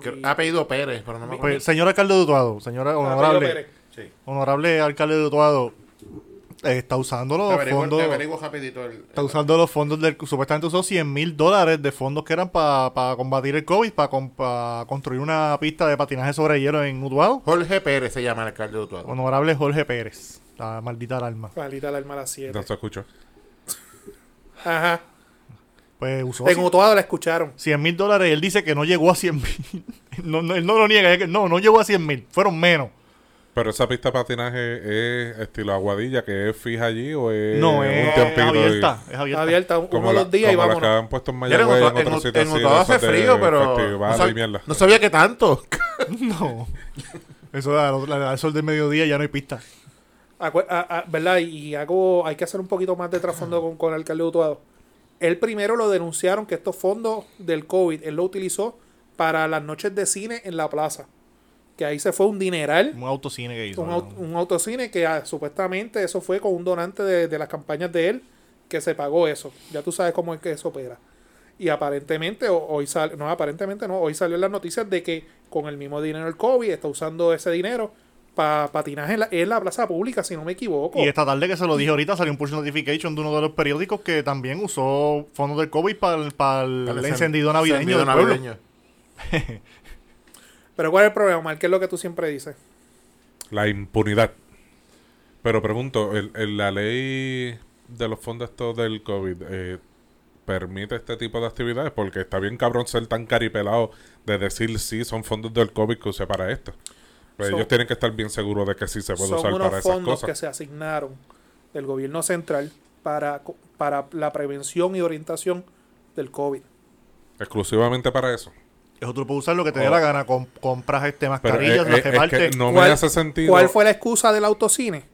Speaker 4: Que- Ha pedido Pérez, pero no me acuerdo.
Speaker 3: Pues, señor alcalde de Utuado, señora
Speaker 1: Antonio
Speaker 3: honorable,
Speaker 1: Pérez.
Speaker 4: Sí.
Speaker 3: honorable alcalde de Utuado, eh, está usando
Speaker 4: Te
Speaker 3: los
Speaker 4: averiguo,
Speaker 3: fondos,
Speaker 4: te averiguo rapidito el-
Speaker 3: está usando los fondos del, supuestamente usó 100 mil dólares de fondos que eran para combatir el COVID, para construir una pista de patinaje sobre hielo en Utuado.
Speaker 4: Jorge Pérez se llama el alcalde de Utuado.
Speaker 3: Honorable Jorge Pérez, la maldita alma.
Speaker 1: Maldita la alma a las siete.
Speaker 2: No se escuchó.
Speaker 1: Ajá.
Speaker 3: Pues usó
Speaker 1: En Utuado la escucharon.
Speaker 3: 100 mil dólares y él dice que no llegó a 100 mil. No, no, él no lo niega, es que no, no llegó a 100 mil, fueron menos.
Speaker 2: Pero esa pista de patinaje es estilo aguadilla, que es fija allí o es
Speaker 3: no,
Speaker 2: Eh, un
Speaker 3: es
Speaker 2: tiempito y-
Speaker 3: abierta, es
Speaker 1: Está
Speaker 3: abierta.
Speaker 1: abierta un-
Speaker 2: Como,
Speaker 1: uno o
Speaker 2: la-
Speaker 1: dos días y
Speaker 2: como las que
Speaker 1: vámonos.
Speaker 2: habían puesto en
Speaker 4: Ya en
Speaker 2: Mayagüez
Speaker 4: Utuado-
Speaker 2: en otros
Speaker 4: en-
Speaker 2: sitios
Speaker 4: en
Speaker 2: así,
Speaker 4: Utuado hace
Speaker 2: esas de
Speaker 4: frío, pero no,
Speaker 2: festivales y
Speaker 4: sab-
Speaker 2: mierda.
Speaker 4: no sabía que tanto.
Speaker 3: No. Eso da- la- la- al sol del mediodía ya no hay pista.
Speaker 1: Acu- a- a- ¿Verdad? Y hago, hay que hacer un poquito más de trasfondo con, con el alcalde de Utuado. Él primero lo denunciaron que estos fondos del COVID, él lo utilizó para las noches de cine en la plaza. Que ahí se fue un dineral,
Speaker 3: Un autocine que hizo.
Speaker 1: un,
Speaker 3: ¿no?
Speaker 1: au- un autocine que ah, supuestamente eso fue con un donante de, de las campañas de él que se pagó eso. Ya tú sabes cómo es que eso opera. Y aparentemente, ho- hoy sale, no, aparentemente no, hoy salió en las noticias de que con el mismo dinero el COVID está usando ese dinero para patinaje en la, en la plaza pública, si no me equivoco.
Speaker 3: Y esta tarde que se lo dije ahorita salió un push notification de uno de los periódicos que también usó fondos del COVID para el, para el
Speaker 4: Para el
Speaker 3: encendido navideño
Speaker 4: encendido
Speaker 3: del pueblo.
Speaker 4: navideño.
Speaker 1: Pero ¿cuál es el problema, Omar? ¿Qué es lo que tú siempre dices?
Speaker 2: La impunidad. Pero pregunto, ¿el, el- la ley de los fondos estos del COVID eh, permite este tipo de actividades? Porque está bien cabrón ser tan caripelado de decir sí, son fondos del COVID que usé para esto. Pero
Speaker 1: Son-
Speaker 2: ellos tienen que estar bien seguros de que sí se puede
Speaker 1: Son
Speaker 2: usar para
Speaker 1: unos
Speaker 2: esas
Speaker 1: fondos
Speaker 2: cosas.
Speaker 1: que se asignaron del gobierno central para, co- para la prevención y orientación del COVID.
Speaker 2: Exclusivamente para eso.
Speaker 3: Eso tú puedes usar lo que te
Speaker 2: Oh.
Speaker 3: dé la gana. com- compras este
Speaker 2: Pero eh,
Speaker 3: mascarillas,
Speaker 2: eh,
Speaker 3: las
Speaker 2: es
Speaker 3: que
Speaker 2: que
Speaker 3: parten.
Speaker 2: no me
Speaker 1: ¿Cuál-
Speaker 2: hace sentido.
Speaker 1: ¿Cuál fue la excusa del autocine?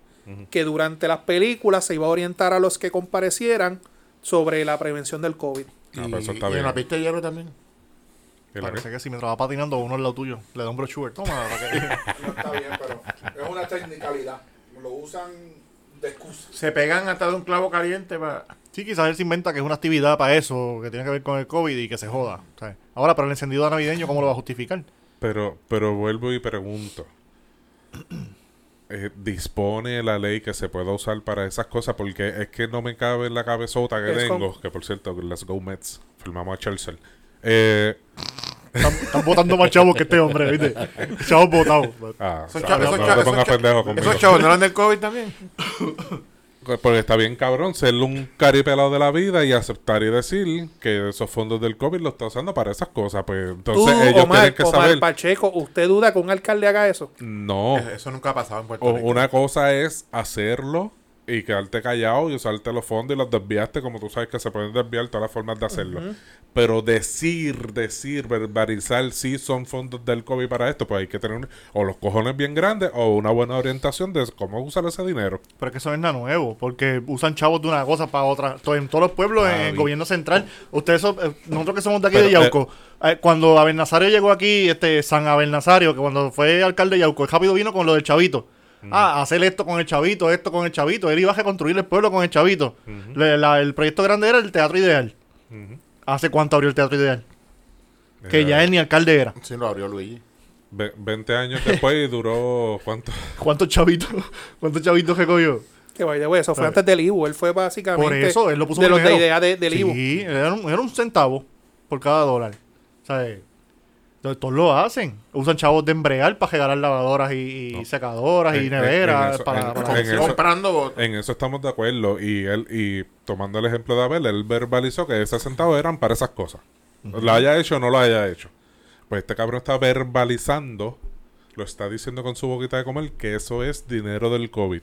Speaker 1: Que durante las películas se iba a orientar a los que comparecieran sobre la prevención del COVID.
Speaker 2: Ah, pero eso
Speaker 4: Y-
Speaker 2: está
Speaker 4: y
Speaker 2: bien.
Speaker 4: en la pista de hielo también.
Speaker 2: ¿Y la
Speaker 3: Parece
Speaker 2: qué?
Speaker 3: que si mientras va patinando uno al lado tuyo, le da un brochure. Toma, para que-
Speaker 5: No está bien, pero es una technicalidad. Lo usan de excusa.
Speaker 4: Se pegan hasta de un clavo caliente para...
Speaker 3: Sí, quizás él se inventa que es una actividad para eso, que tiene que ver con el COVID y que se joda. ¿sabes? Ahora, pero el encendido navideño, ¿cómo lo va a justificar?
Speaker 2: Pero, pero vuelvo y pregunto. Eh, ¿Dispone la ley que se pueda usar para esas cosas? Porque es que no me cabe en la cabezota que
Speaker 1: Es
Speaker 2: tengo. Que por cierto, let's go Mets. Firmamos a Chelsea. Eh,
Speaker 3: Están, están votando más chavos que este hombre, ¿viste? Chavos votados.
Speaker 2: ah,
Speaker 4: Esos
Speaker 2: no,
Speaker 4: chavos-
Speaker 2: no,
Speaker 4: esos
Speaker 2: no
Speaker 4: chavos-
Speaker 2: te pongas
Speaker 4: esos
Speaker 2: pendejo
Speaker 4: chavos-
Speaker 2: conmigo.
Speaker 4: Esos chavos no eran del COVID también.
Speaker 2: Porque está bien cabrón ser un caripelado de la vida y aceptar y decir que esos fondos del COVID los está usando para esas cosas. Pues entonces
Speaker 1: Tú,
Speaker 2: ellos
Speaker 1: Omar,
Speaker 2: tienen que
Speaker 1: Omar
Speaker 2: saber.
Speaker 1: Pacheco, ¿usted duda que un alcalde haga eso?
Speaker 2: No.
Speaker 4: Eh, Eso nunca ha pasado en Puerto
Speaker 2: O-
Speaker 4: Rico.
Speaker 2: una cosa es hacerlo y quedarte callado y usarte los fondos y los desviaste, como tú sabes que se pueden desviar todas las formas de hacerlo. Pero decir, decir, verbalizar si son fondos del COVID para esto, pues hay que tener un- o los cojones bien grandes o una buena orientación de cómo usar ese dinero.
Speaker 3: Pero es que eso no es nada nuevo, porque usan chavos de una cosa para otra. To- En todos los pueblos, en el
Speaker 2: vi-
Speaker 3: gobierno central, ustedes son- eh, nosotros que somos de aquí de
Speaker 2: Pero, eh,
Speaker 3: Yauco, eh, cuando Abel Nazario llegó aquí, este San Abel Nazario, que cuando fue alcalde de Yauco, el rápido vino con lo del chavito. Ah, hacer esto con el chavito, esto con el chavito. Él iba a reconstruir el pueblo con el chavito. Le- la- el proyecto grande era el Teatro Ideal. ¿Hace cuánto abrió el Teatro Ideal? Que
Speaker 2: Eh,
Speaker 3: ya él ni alcalde era.
Speaker 4: Sí, lo abrió Luigi.
Speaker 2: ve- 20 años después y duró cuánto.
Speaker 3: ¿Cuántos chavitos? ¿Cuántos chavitos recogió?
Speaker 1: Que vaya, güey, eso fue antes del IBU. Él fue básicamente.
Speaker 3: Por eso, él lo puso
Speaker 1: De los de
Speaker 3: primero.
Speaker 1: idea de- del IBU.
Speaker 3: Sí, era un, era un centavo por cada dólar. O sea, eh, to- todos lo hacen. Usan chavos de embrear para regalar lavadoras y, y secadoras
Speaker 2: En-
Speaker 3: y
Speaker 2: en- en
Speaker 3: neveras.
Speaker 2: eso-
Speaker 3: para,
Speaker 2: Eh, en-
Speaker 3: para-
Speaker 2: en eso-
Speaker 4: Comprando votos.
Speaker 2: En eso estamos de acuerdo. Y él, y tomando el ejemplo de Abel, él verbalizó que esos centavos eran para esas cosas. Lo haya hecho o no lo haya hecho. Pues este cabrón está verbalizando, lo está diciendo con su boquita de comer, que eso es dinero del COVID.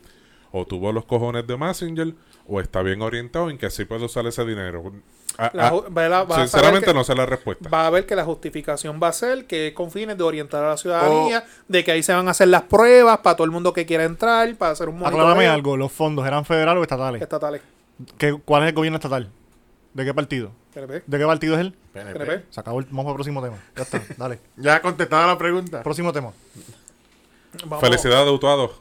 Speaker 2: O tuvo los cojones de Messenger, o está bien orientado en que sí puede usar ese dinero. A-
Speaker 1: La
Speaker 2: a-
Speaker 1: ju- va- la- va a
Speaker 2: Ah,
Speaker 1: saber
Speaker 2: sinceramente
Speaker 1: que-
Speaker 2: no sé la respuesta.
Speaker 1: Va a ver que la justificación va a ser que con fines de orientar a la ciudadanía,
Speaker 3: Oh.
Speaker 1: de que ahí se van a hacer las pruebas para todo el mundo que quiera entrar, para hacer un
Speaker 3: Aclárame
Speaker 1: monitoreo
Speaker 3: algo. ¿Los fondos eran federales o estatales?
Speaker 1: estatales.
Speaker 3: ¿Qué, ¿Cuál es el gobierno estatal? ¿De qué partido?
Speaker 1: PNP,
Speaker 3: ¿De qué partido es él?
Speaker 1: PNP.
Speaker 3: Se acabó el, vamos al próximo tema. Ya está, dale.
Speaker 4: Ya contestada la pregunta.
Speaker 3: Próximo tema.
Speaker 1: Vamos.
Speaker 2: Felicidades, Utuado.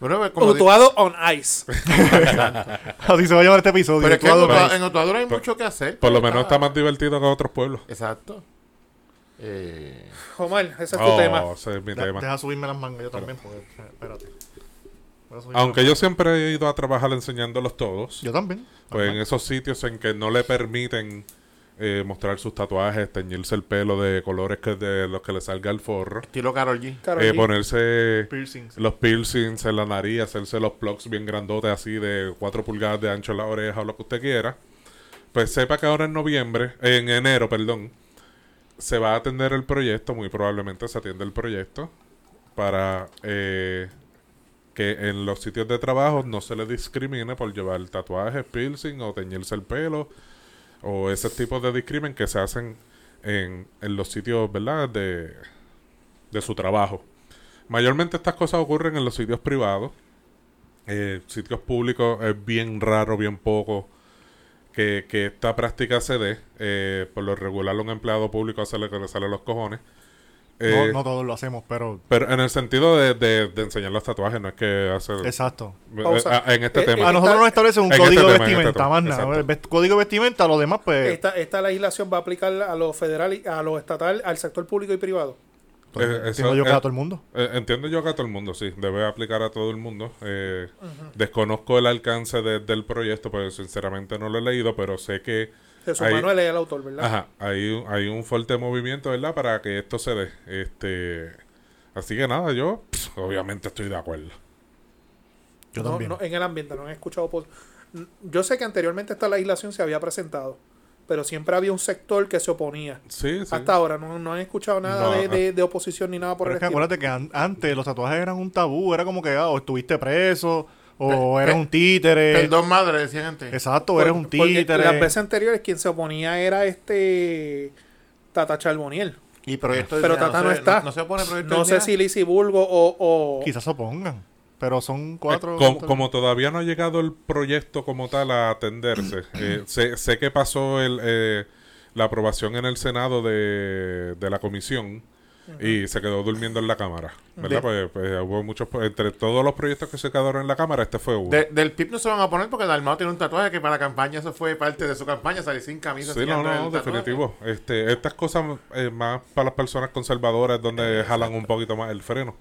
Speaker 4: Bueno, pues, como di-
Speaker 1: Utuado on ice.
Speaker 3: Así se va a llamar este episodio.
Speaker 4: pero es que en
Speaker 3: Eduardo
Speaker 4: Otua-
Speaker 3: País.
Speaker 4: en Otuadura hay mucho que hacer.
Speaker 2: Por lo
Speaker 1: Ah.
Speaker 2: menos está más divertido que otros pueblos.
Speaker 4: Exacto. Eh,
Speaker 1: Omar, ese es tu
Speaker 2: Oh,
Speaker 1: tema.
Speaker 2: ese es mi
Speaker 3: De-
Speaker 2: tema.
Speaker 3: Deja subirme las mangas yo también. porque- eh, espérate. Voy a subirme
Speaker 2: Aunque
Speaker 3: las-
Speaker 2: yo siempre he ido a trabajar enseñándolos todos.
Speaker 3: Yo también.
Speaker 2: Pues en esos sitios en que no le permiten eh, mostrar sus tatuajes, teñirse el pelo de colores que de los que le salga el forro,
Speaker 4: estilo Carol G.
Speaker 1: Karol
Speaker 2: eh,
Speaker 1: G.
Speaker 2: ponerse
Speaker 3: Piercings.
Speaker 2: los piercings en la nariz, hacerse los plugs bien grandotes así de 4 pulgadas de ancho en la oreja o lo que usted quiera. Pues sepa que ahora en noviembre, en enero, perdón, se va a atender el proyecto, muy probablemente se atiende el proyecto para eh, que en los sitios de trabajo no se le discrimine por llevar tatuajes, piercing o teñirse el pelo o ese tipo de discrimen que se hacen en, en los sitios, ¿verdad? De, de su trabajo. Mayormente estas cosas ocurren en los sitios privados. Eh, sitios públicos es bien raro, bien poco que, que esta práctica se dé. Eh, por lo regular a un empleado público hace lo que le sale los cojones. Eh,
Speaker 3: no, no todos lo hacemos, pero.
Speaker 2: pero en el sentido de, de- de enseñar los tatuajes, no es que hace...
Speaker 3: Exacto.
Speaker 2: eh,
Speaker 1: Pausa.
Speaker 2: ah, en este
Speaker 1: Eh,
Speaker 2: tema.
Speaker 1: eh,
Speaker 3: A nosotros nos establece un
Speaker 2: en este
Speaker 3: código de
Speaker 2: tema, en este
Speaker 3: vestimenta,
Speaker 2: tema,
Speaker 3: más nada.
Speaker 2: exacto.
Speaker 3: El vest- Código de vestimenta, lo demás, pues.
Speaker 1: Esta, esta legislación va a aplicar a lo federal, y, a lo estatal, al sector público y privado.
Speaker 3: pues,
Speaker 2: eh,
Speaker 3: entiendo
Speaker 2: eso-
Speaker 3: yo que
Speaker 2: eh,
Speaker 3: a todo el mundo.
Speaker 2: Eh, entiendo yo que a todo el mundo, sí. Debe aplicar a todo el mundo. Eh, Desconozco el alcance de- del proyecto, pues sinceramente no lo he leído, pero sé que
Speaker 1: Jesús
Speaker 2: Ahí-
Speaker 1: Manuel es el autor, ¿verdad?
Speaker 2: ajá, hay, un- hay un fuerte movimiento, ¿verdad? Para que esto se dé. Este, así que nada, yo pss, obviamente estoy de acuerdo.
Speaker 3: Yo
Speaker 1: No,
Speaker 3: también.
Speaker 1: no, en el ambiente, no han escuchado. por- N- Yo sé que anteriormente esta legislación se había presentado, pero siempre había un sector que se oponía.
Speaker 2: Sí, sí.
Speaker 1: Hasta ahora no, no han escuchado nada
Speaker 2: No,
Speaker 1: de,
Speaker 2: ajá.
Speaker 1: de- de oposición ni nada por
Speaker 3: pero es
Speaker 1: el
Speaker 3: que
Speaker 1: estilo.
Speaker 3: acuérdate que an- antes los tatuajes eran un tabú. Era como que, ah, o estuviste preso, o
Speaker 4: Pe-
Speaker 3: eres
Speaker 4: pe-
Speaker 3: un títere.
Speaker 4: Perdón, madre, decían antes.
Speaker 3: Exacto,
Speaker 1: Por-
Speaker 3: eres un
Speaker 1: porque
Speaker 3: títere.
Speaker 1: Las veces anteriores quien se oponía era este Tata Charboniel.
Speaker 4: Y proyecto
Speaker 1: Pero
Speaker 4: idea,
Speaker 1: Tata no
Speaker 4: se-
Speaker 1: está.
Speaker 4: No, se pone proyecto
Speaker 1: No sé
Speaker 4: idea.
Speaker 1: si Lizzie Burgo o, o
Speaker 3: Quizás se opongan. Pero son cuatro.
Speaker 2: Eh, como,
Speaker 3: cuatro-
Speaker 2: como todavía no ha llegado el proyecto como tal a atenderse, eh, sé, sé que pasó el, eh, la aprobación en el Senado de, de la comisión y se quedó durmiendo en la Cámara. ¿Verdad? Pues, pues hubo muchos. pro- Entre todos los proyectos que se quedaron en la Cámara, este fue uno.
Speaker 4: De- del PIP no se van a poner porque Dalmao tiene un tatuaje que para la campaña eso fue parte de su campaña, salir sin camisa.
Speaker 2: Sí, no,
Speaker 4: enseñando
Speaker 2: no,
Speaker 4: el tatuaje.
Speaker 2: definitivo. Este, estas cosas eh, más para las personas conservadoras es donde jalan un poquito más el freno.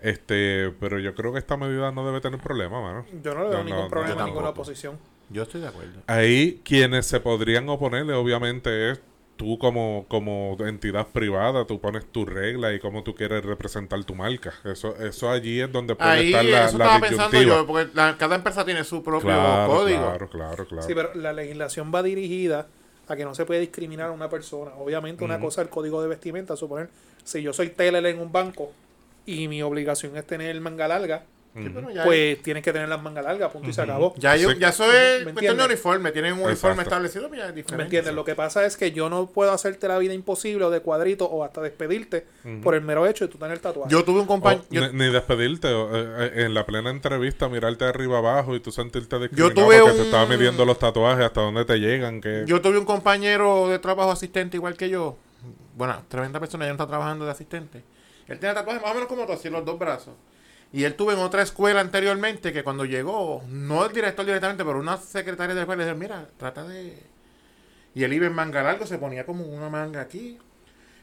Speaker 2: Este, pero yo creo que esta medida no debe tener problema, mano.
Speaker 1: Yo no le veo ningún problema
Speaker 4: yo
Speaker 1: a ninguna
Speaker 4: tampoco.
Speaker 1: oposición.
Speaker 4: Yo estoy de acuerdo.
Speaker 2: Ahí quienes se podrían oponerle, obviamente, es tú como, como entidad privada, tú pones tu regla y cómo tú quieres representar tu marca. Eso, eso allí es donde puede
Speaker 4: Ahí,
Speaker 2: estar la,
Speaker 4: eso
Speaker 2: la
Speaker 4: estaba pensando
Speaker 2: disyuntiva.
Speaker 4: yo, porque la- cada empresa tiene su propio
Speaker 2: Claro,
Speaker 4: código.
Speaker 2: claro, claro, claro.
Speaker 1: Sí, pero la legislación va dirigida a que no se puede discriminar a una persona. Obviamente, una cosa es el código de vestimenta. Suponer, si yo soy teller en un banco y mi obligación es tener manga larga,
Speaker 4: Sí, pero ya
Speaker 1: pues tienes que tener las mangas largas, punto y se acabó.
Speaker 4: Ya, hay un-
Speaker 2: Sí.
Speaker 4: ya eso es
Speaker 1: ¿Me
Speaker 4: cuestión de
Speaker 1: entiendes?
Speaker 4: uniforme. Tienen un uniforme
Speaker 2: Exacto.
Speaker 4: establecido, pero ya es diferente.
Speaker 1: ¿Me entiendes? Lo que pasa es que yo no puedo hacerte la vida imposible o de cuadrito o hasta despedirte por el mero hecho de tú tener tatuaje.
Speaker 4: Yo tuve un
Speaker 2: O
Speaker 4: compañero. yo,
Speaker 2: ni, ni despedirte o, eh, eh, en la plena entrevista, mirarte de arriba abajo y tú sentirte discriminado
Speaker 4: tuve
Speaker 2: porque
Speaker 4: un-
Speaker 2: te estaba midiendo los tatuajes, hasta dónde te llegan, que
Speaker 4: yo tuve un compañero de trabajo asistente igual que yo. Bueno, tremenda persona, ya no está trabajando de asistente. Él tenía tatuajes más o menos como tú, así los dos brazos. Y él tuvo en otra escuela anteriormente que cuando llegó, no el director directamente, pero una secretaria de la escuela le dijo, mira, trata de... Y él iba en manga largo, se ponía como una manga aquí.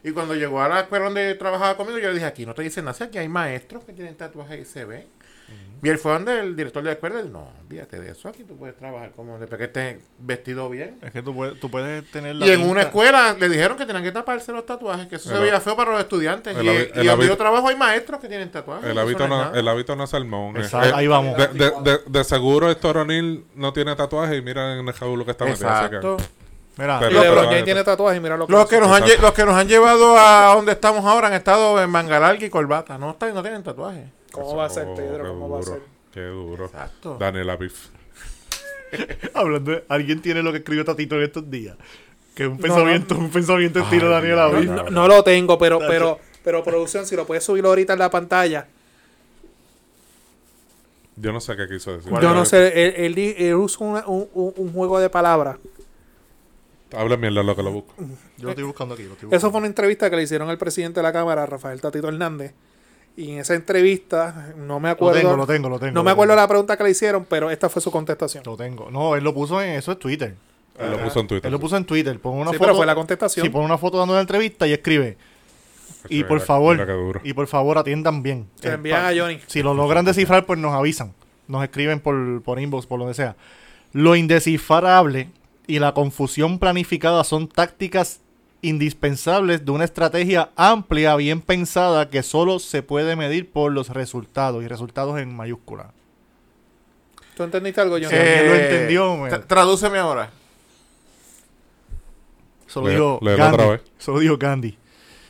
Speaker 4: Y cuando llegó a la escuela donde trabajaba conmigo, yo le dije, aquí no te dicen nada, si aquí hay maestros que tienen tatuajes y se ven. Y él fue donde el director de la escuela, él, no, fíjate de eso, aquí tú puedes trabajar como de que estés vestido bien.
Speaker 3: Es que tú puedes, tú puedes tener la.
Speaker 4: Y en una
Speaker 3: tinta.
Speaker 4: escuela le dijeron que tenían que taparse los tatuajes, que eso se
Speaker 2: El-
Speaker 4: veía feo para los estudiantes.
Speaker 2: el
Speaker 4: y
Speaker 2: habi-
Speaker 4: y
Speaker 2: el
Speaker 4: donde yo
Speaker 2: habi-
Speaker 4: trabajo hay maestros que tienen tatuajes.
Speaker 2: el
Speaker 4: eso
Speaker 2: hábito
Speaker 4: no es
Speaker 2: no,
Speaker 4: nada.
Speaker 2: el hábito no es salmón. eh.
Speaker 3: Exacto,
Speaker 2: Eh,
Speaker 3: ahí vamos.
Speaker 2: De, de, de, de seguro esto Ronil no tiene tatuaje y mira en el jaúl lo que está metido. así que-
Speaker 4: Exacto.
Speaker 3: Mira,
Speaker 1: y
Speaker 2: pero-
Speaker 1: LeBron
Speaker 2: pero-
Speaker 1: James tiene tatuaje y mira lo que
Speaker 4: Los
Speaker 1: hace.
Speaker 4: que, nos han,
Speaker 2: Exacto.
Speaker 4: lle- los que nos han llevado a donde estamos ahora han estado en manga larga y corbata. No, están, no tienen tatuajes.
Speaker 1: ¿Cómo va a ser,
Speaker 2: Oh,
Speaker 1: Pedro?
Speaker 2: qué
Speaker 1: ¿Cómo va a
Speaker 2: duro,
Speaker 1: ser?
Speaker 2: Qué duro.
Speaker 4: Exacto.
Speaker 2: Daniel Aviv.
Speaker 3: hablando de- alguien tiene lo que escribió Tatito en estos días. Que es un
Speaker 1: No,
Speaker 3: pensamiento, un pensamiento estilo Daniel Abril.
Speaker 1: No, no lo tengo, pero, pero, pero producción, si lo puedes subir ahorita en la pantalla.
Speaker 2: Yo no sé qué quiso decir.
Speaker 1: Yo no sé, él, él di- él usó una- un, un- un juego de palabras.
Speaker 2: Habla mierda lo que lo busco.
Speaker 3: Yo lo estoy buscando aquí, lo estoy buscando.
Speaker 1: Eso fue una entrevista que le hicieron al presidente de la Cámara, Rafael Tatito Hernández. Y en esa entrevista, no me
Speaker 3: Lo
Speaker 1: acuerdo.
Speaker 3: tengo, lo tengo, lo tengo.
Speaker 1: no me
Speaker 3: lo
Speaker 1: acuerdo
Speaker 3: tengo.
Speaker 1: la pregunta que le hicieron, pero esta fue su contestación.
Speaker 3: Lo tengo. No, él lo puso en. Eso es Twitter.
Speaker 2: Él lo puso en Twitter.
Speaker 3: Él lo puso en Twitter. Pon una
Speaker 1: sí,
Speaker 3: foto.
Speaker 1: pero fue la contestación.
Speaker 3: Sí, pone una foto dando una entrevista y escribe. Y
Speaker 2: Mira,
Speaker 3: por
Speaker 2: mira
Speaker 3: favor,
Speaker 2: qué duro.
Speaker 3: y por favor atiendan bien.
Speaker 1: Se
Speaker 3: Eh,
Speaker 1: la envían
Speaker 3: pa-
Speaker 1: a Johnny.
Speaker 3: Si lo logran descifrar, pues nos avisan. Nos escriben por, por inbox, por donde sea. Lo indescifrable y la confusión planificada son tácticas indispensables de una estrategia amplia, bien pensada, que solo se puede medir por los resultados, y resultados en mayúscula.
Speaker 1: ¿Tú entendiste algo, Johnny?
Speaker 3: Sí. alguien lo entendió, me-
Speaker 4: Eh, tra- Tradúceme ahora.
Speaker 3: Se lo
Speaker 2: Leo-
Speaker 3: digo
Speaker 2: léelo
Speaker 3: Gandhi.
Speaker 2: otra vez.
Speaker 3: Se lo digo Gandhi.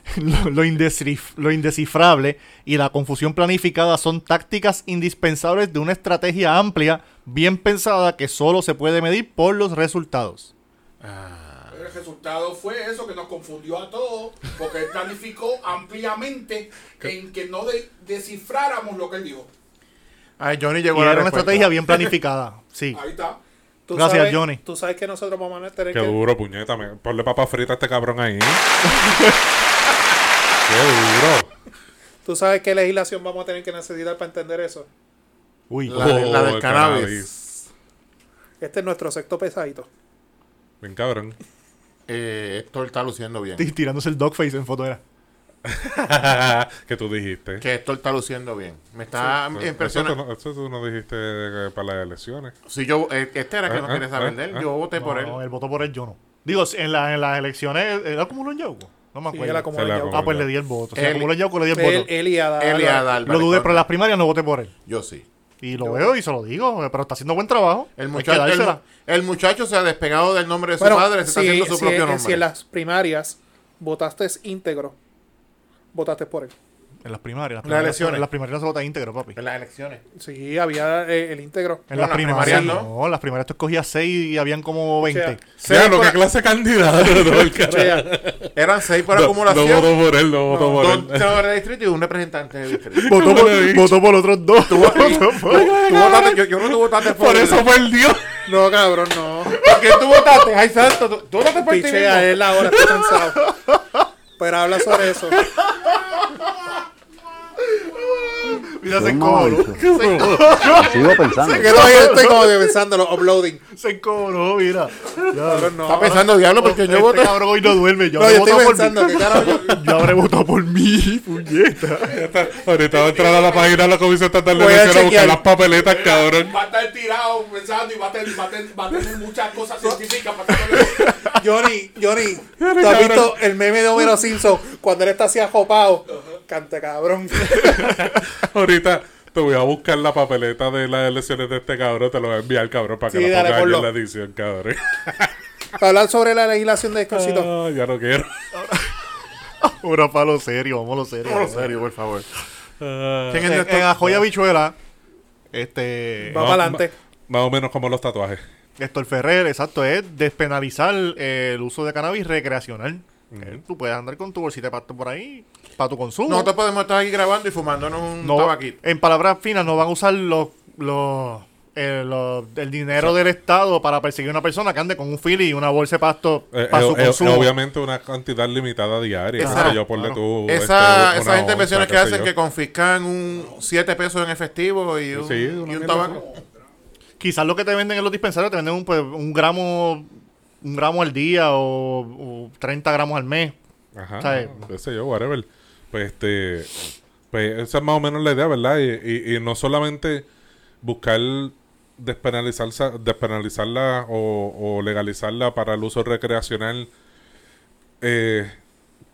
Speaker 3: Lo, lo indescif- lo indescifrable y la confusión planificada son tácticas indispensables de una estrategia amplia, bien pensada, que solo se puede medir por los resultados.
Speaker 5: El resultado fue eso que nos confundió a todos porque él planificó ampliamente en que no de- descifráramos lo que él dijo.
Speaker 4: Ay, Johnny
Speaker 3: Y
Speaker 4: llegó a
Speaker 3: era
Speaker 4: la
Speaker 3: una
Speaker 4: respuesta.
Speaker 3: estrategia bien planificada. Sí.
Speaker 5: Ahí está.
Speaker 1: Tú
Speaker 3: Gracias,
Speaker 1: sabes-
Speaker 3: Johnny.
Speaker 1: Tú sabes que nosotros vamos a tener
Speaker 2: Qué
Speaker 1: que.
Speaker 2: duro, puñeta. me- Ponle papa frita a este cabrón ahí. qué duro.
Speaker 1: Tú sabes qué legislación vamos a tener que necesitar para entender eso.
Speaker 3: Uy.
Speaker 4: La, de- la del
Speaker 2: el
Speaker 4: cannabis.
Speaker 1: Este es nuestro sexto pesadito.
Speaker 2: Bien cabrón.
Speaker 4: Eh, Héctor está luciendo bien.
Speaker 3: T- Tirándose el dogface en foto era.
Speaker 2: que tú dijiste.
Speaker 4: Que ah, Héctor está luciendo bien. Me está
Speaker 2: Eso-
Speaker 4: impresionando.
Speaker 2: Eso, tú no- eso tú no dijiste eh, para las elecciones.
Speaker 4: Si yo, eh, este era que
Speaker 2: Ah,
Speaker 4: no
Speaker 2: ah,
Speaker 4: quería saber
Speaker 2: ah,
Speaker 4: de él.
Speaker 2: ah.
Speaker 4: Yo voté por él.
Speaker 3: No, el voto por él yo no. Digo, en, la- en las elecciones, ¿era como un yauco? No me
Speaker 1: Sí,
Speaker 3: acuerdo.
Speaker 1: él acumuló
Speaker 2: Se la
Speaker 1: el yauco.
Speaker 3: ah, pues le di el voto. Si
Speaker 4: Él-
Speaker 3: acumuló el yauco, le di el
Speaker 1: Él,
Speaker 3: voto.
Speaker 1: él y Adán.
Speaker 4: Él y Adal,
Speaker 3: lo dudé,
Speaker 4: Valecón.
Speaker 3: pero en las primarias no voté por él.
Speaker 4: Yo sí.
Speaker 3: Y lo veo y se lo digo, pero está haciendo buen trabajo. Hay
Speaker 4: El
Speaker 3: que
Speaker 4: muchacho, el,
Speaker 3: dársela.
Speaker 4: el muchacho se ha despegado del nombre de su
Speaker 1: Bueno,
Speaker 4: padre, se está
Speaker 1: si-
Speaker 4: haciendo su
Speaker 1: si-
Speaker 4: propio
Speaker 1: eh,
Speaker 4: nombre.
Speaker 1: Si en las primarias votaste íntegro, votaste por él.
Speaker 3: En las primarias. Las
Speaker 4: Las
Speaker 3: primarias,
Speaker 4: elecciones.
Speaker 3: Las primarias solo está íntegro, papi.
Speaker 4: En las elecciones.
Speaker 1: Sí, había eh, el íntegro.
Speaker 3: En
Speaker 4: No,
Speaker 3: las
Speaker 4: las
Speaker 3: primarias
Speaker 4: primarias
Speaker 3: no. las primarias tú escogías 6 y habían como 20.
Speaker 4: Seis
Speaker 2: Claro,
Speaker 4: por-
Speaker 2: qué clase de candidato. ¿no? El carajo.
Speaker 4: Eran seis por
Speaker 2: No,
Speaker 4: acumulación.
Speaker 2: No voto por él, no voto por
Speaker 4: dos
Speaker 2: él.
Speaker 4: senadores de distrito y un representante de distrito.
Speaker 3: Votó,
Speaker 2: Yo le
Speaker 3: por,
Speaker 2: dije.
Speaker 3: votó por otros dos.
Speaker 4: Tú votaste, yo, yo no tú votaste por
Speaker 2: Por eso perdió.
Speaker 1: No, cabrón, no.
Speaker 4: ¿Por qué tú votaste? Ay, santo, tú, tú votaste por ti mismo.
Speaker 1: Pichea, es la hora, estoy cansado. Pero habla sobre eso.
Speaker 3: Mira,
Speaker 6: Yo
Speaker 3: se
Speaker 6: no,
Speaker 3: encojonó.
Speaker 6: yo- sigo pensando.
Speaker 1: Que todavía estoy como que pensándolo, uploading.
Speaker 3: Se encojonó, mira. Ya.
Speaker 1: Cabrón, no.
Speaker 4: Está pensando, diablo, porque
Speaker 3: Este
Speaker 4: yo voté.
Speaker 3: cabrón hoy no duerme. Yo
Speaker 1: No,
Speaker 3: habré
Speaker 1: yo estoy
Speaker 3: votado
Speaker 1: pensando
Speaker 3: por mí.
Speaker 1: que carajo yo-
Speaker 3: Yo habré votado por mí, puñeta.
Speaker 2: Este, Ahorita va a entrar a la página de la Comisión Estatal de
Speaker 1: Voy a
Speaker 2: Elecciones a buscar
Speaker 1: chequear.
Speaker 2: las papeletas, cabrón.
Speaker 5: Va a estar tirado pensando y va a tener, va a tener, va a tener muchas cosas científicas para estar
Speaker 1: Johnny, Johnny, ¿tú has visto el meme de Homero Simpson cuando él está así ajopado? Canta cabrón.
Speaker 2: Ahorita te voy a buscar la papeleta de las elecciones de este cabrón. Te lo voy a enviar, cabrón, para que
Speaker 1: Sí,
Speaker 2: la
Speaker 1: dale,
Speaker 2: pongas ahí en la
Speaker 1: ponlo.
Speaker 2: edición, cabrón.
Speaker 1: Hablar sobre la legislación de Escocito.
Speaker 2: Ah, ya no quiero.
Speaker 3: Ahora para lo serio, vamos a lo serio.
Speaker 4: Por serio, por favor.
Speaker 2: Ah,
Speaker 3: En, en Ajoya Bichuela, este.
Speaker 1: Va
Speaker 2: No,
Speaker 1: para adelante.
Speaker 2: Más o menos como los tatuajes.
Speaker 3: Héctor Ferrer, exacto, es despenalizar eh, el uso de cannabis recreacional. Eh, tú puedes andar con tu bolsita de pasto por ahí, para tu consumo.
Speaker 4: Nosotros podemos estar aquí grabando y fumándonos un
Speaker 3: No-
Speaker 4: tabaquito.
Speaker 3: en palabras finas, no van a usar los, los, eh, los- el dinero del Estado para perseguir a una persona que ande con un fili y una bolsa de pasto
Speaker 2: Eh,
Speaker 3: para
Speaker 2: eh,
Speaker 3: su
Speaker 2: eh,
Speaker 3: consumo.
Speaker 2: obviamente una cantidad limitada diaria.
Speaker 4: Esa-
Speaker 2: qué sé yo, ponle
Speaker 3: claro.
Speaker 2: tú,
Speaker 4: Esa,
Speaker 2: este,
Speaker 4: esas
Speaker 2: una onza,
Speaker 4: intervenciones que
Speaker 2: qué sé
Speaker 4: hacen
Speaker 2: yo.
Speaker 4: que confiscan un 7 pesos en efectivo y un,
Speaker 2: Sí,
Speaker 4: y
Speaker 2: una
Speaker 4: un
Speaker 2: mierda
Speaker 4: tabaco.
Speaker 3: Quizás lo que te venden en los dispensarios te venden un, pues, un gramo un gramo al día o, o 30 gramos al mes.
Speaker 2: Ajá,
Speaker 3: ¿Sabes?
Speaker 2: qué sé yo, whatever. Pues este, pues esa es más o menos la idea, ¿verdad? Y, y- y no solamente buscar despenalizar, despenalizarla o, o legalizarla para el uso recreacional, eh,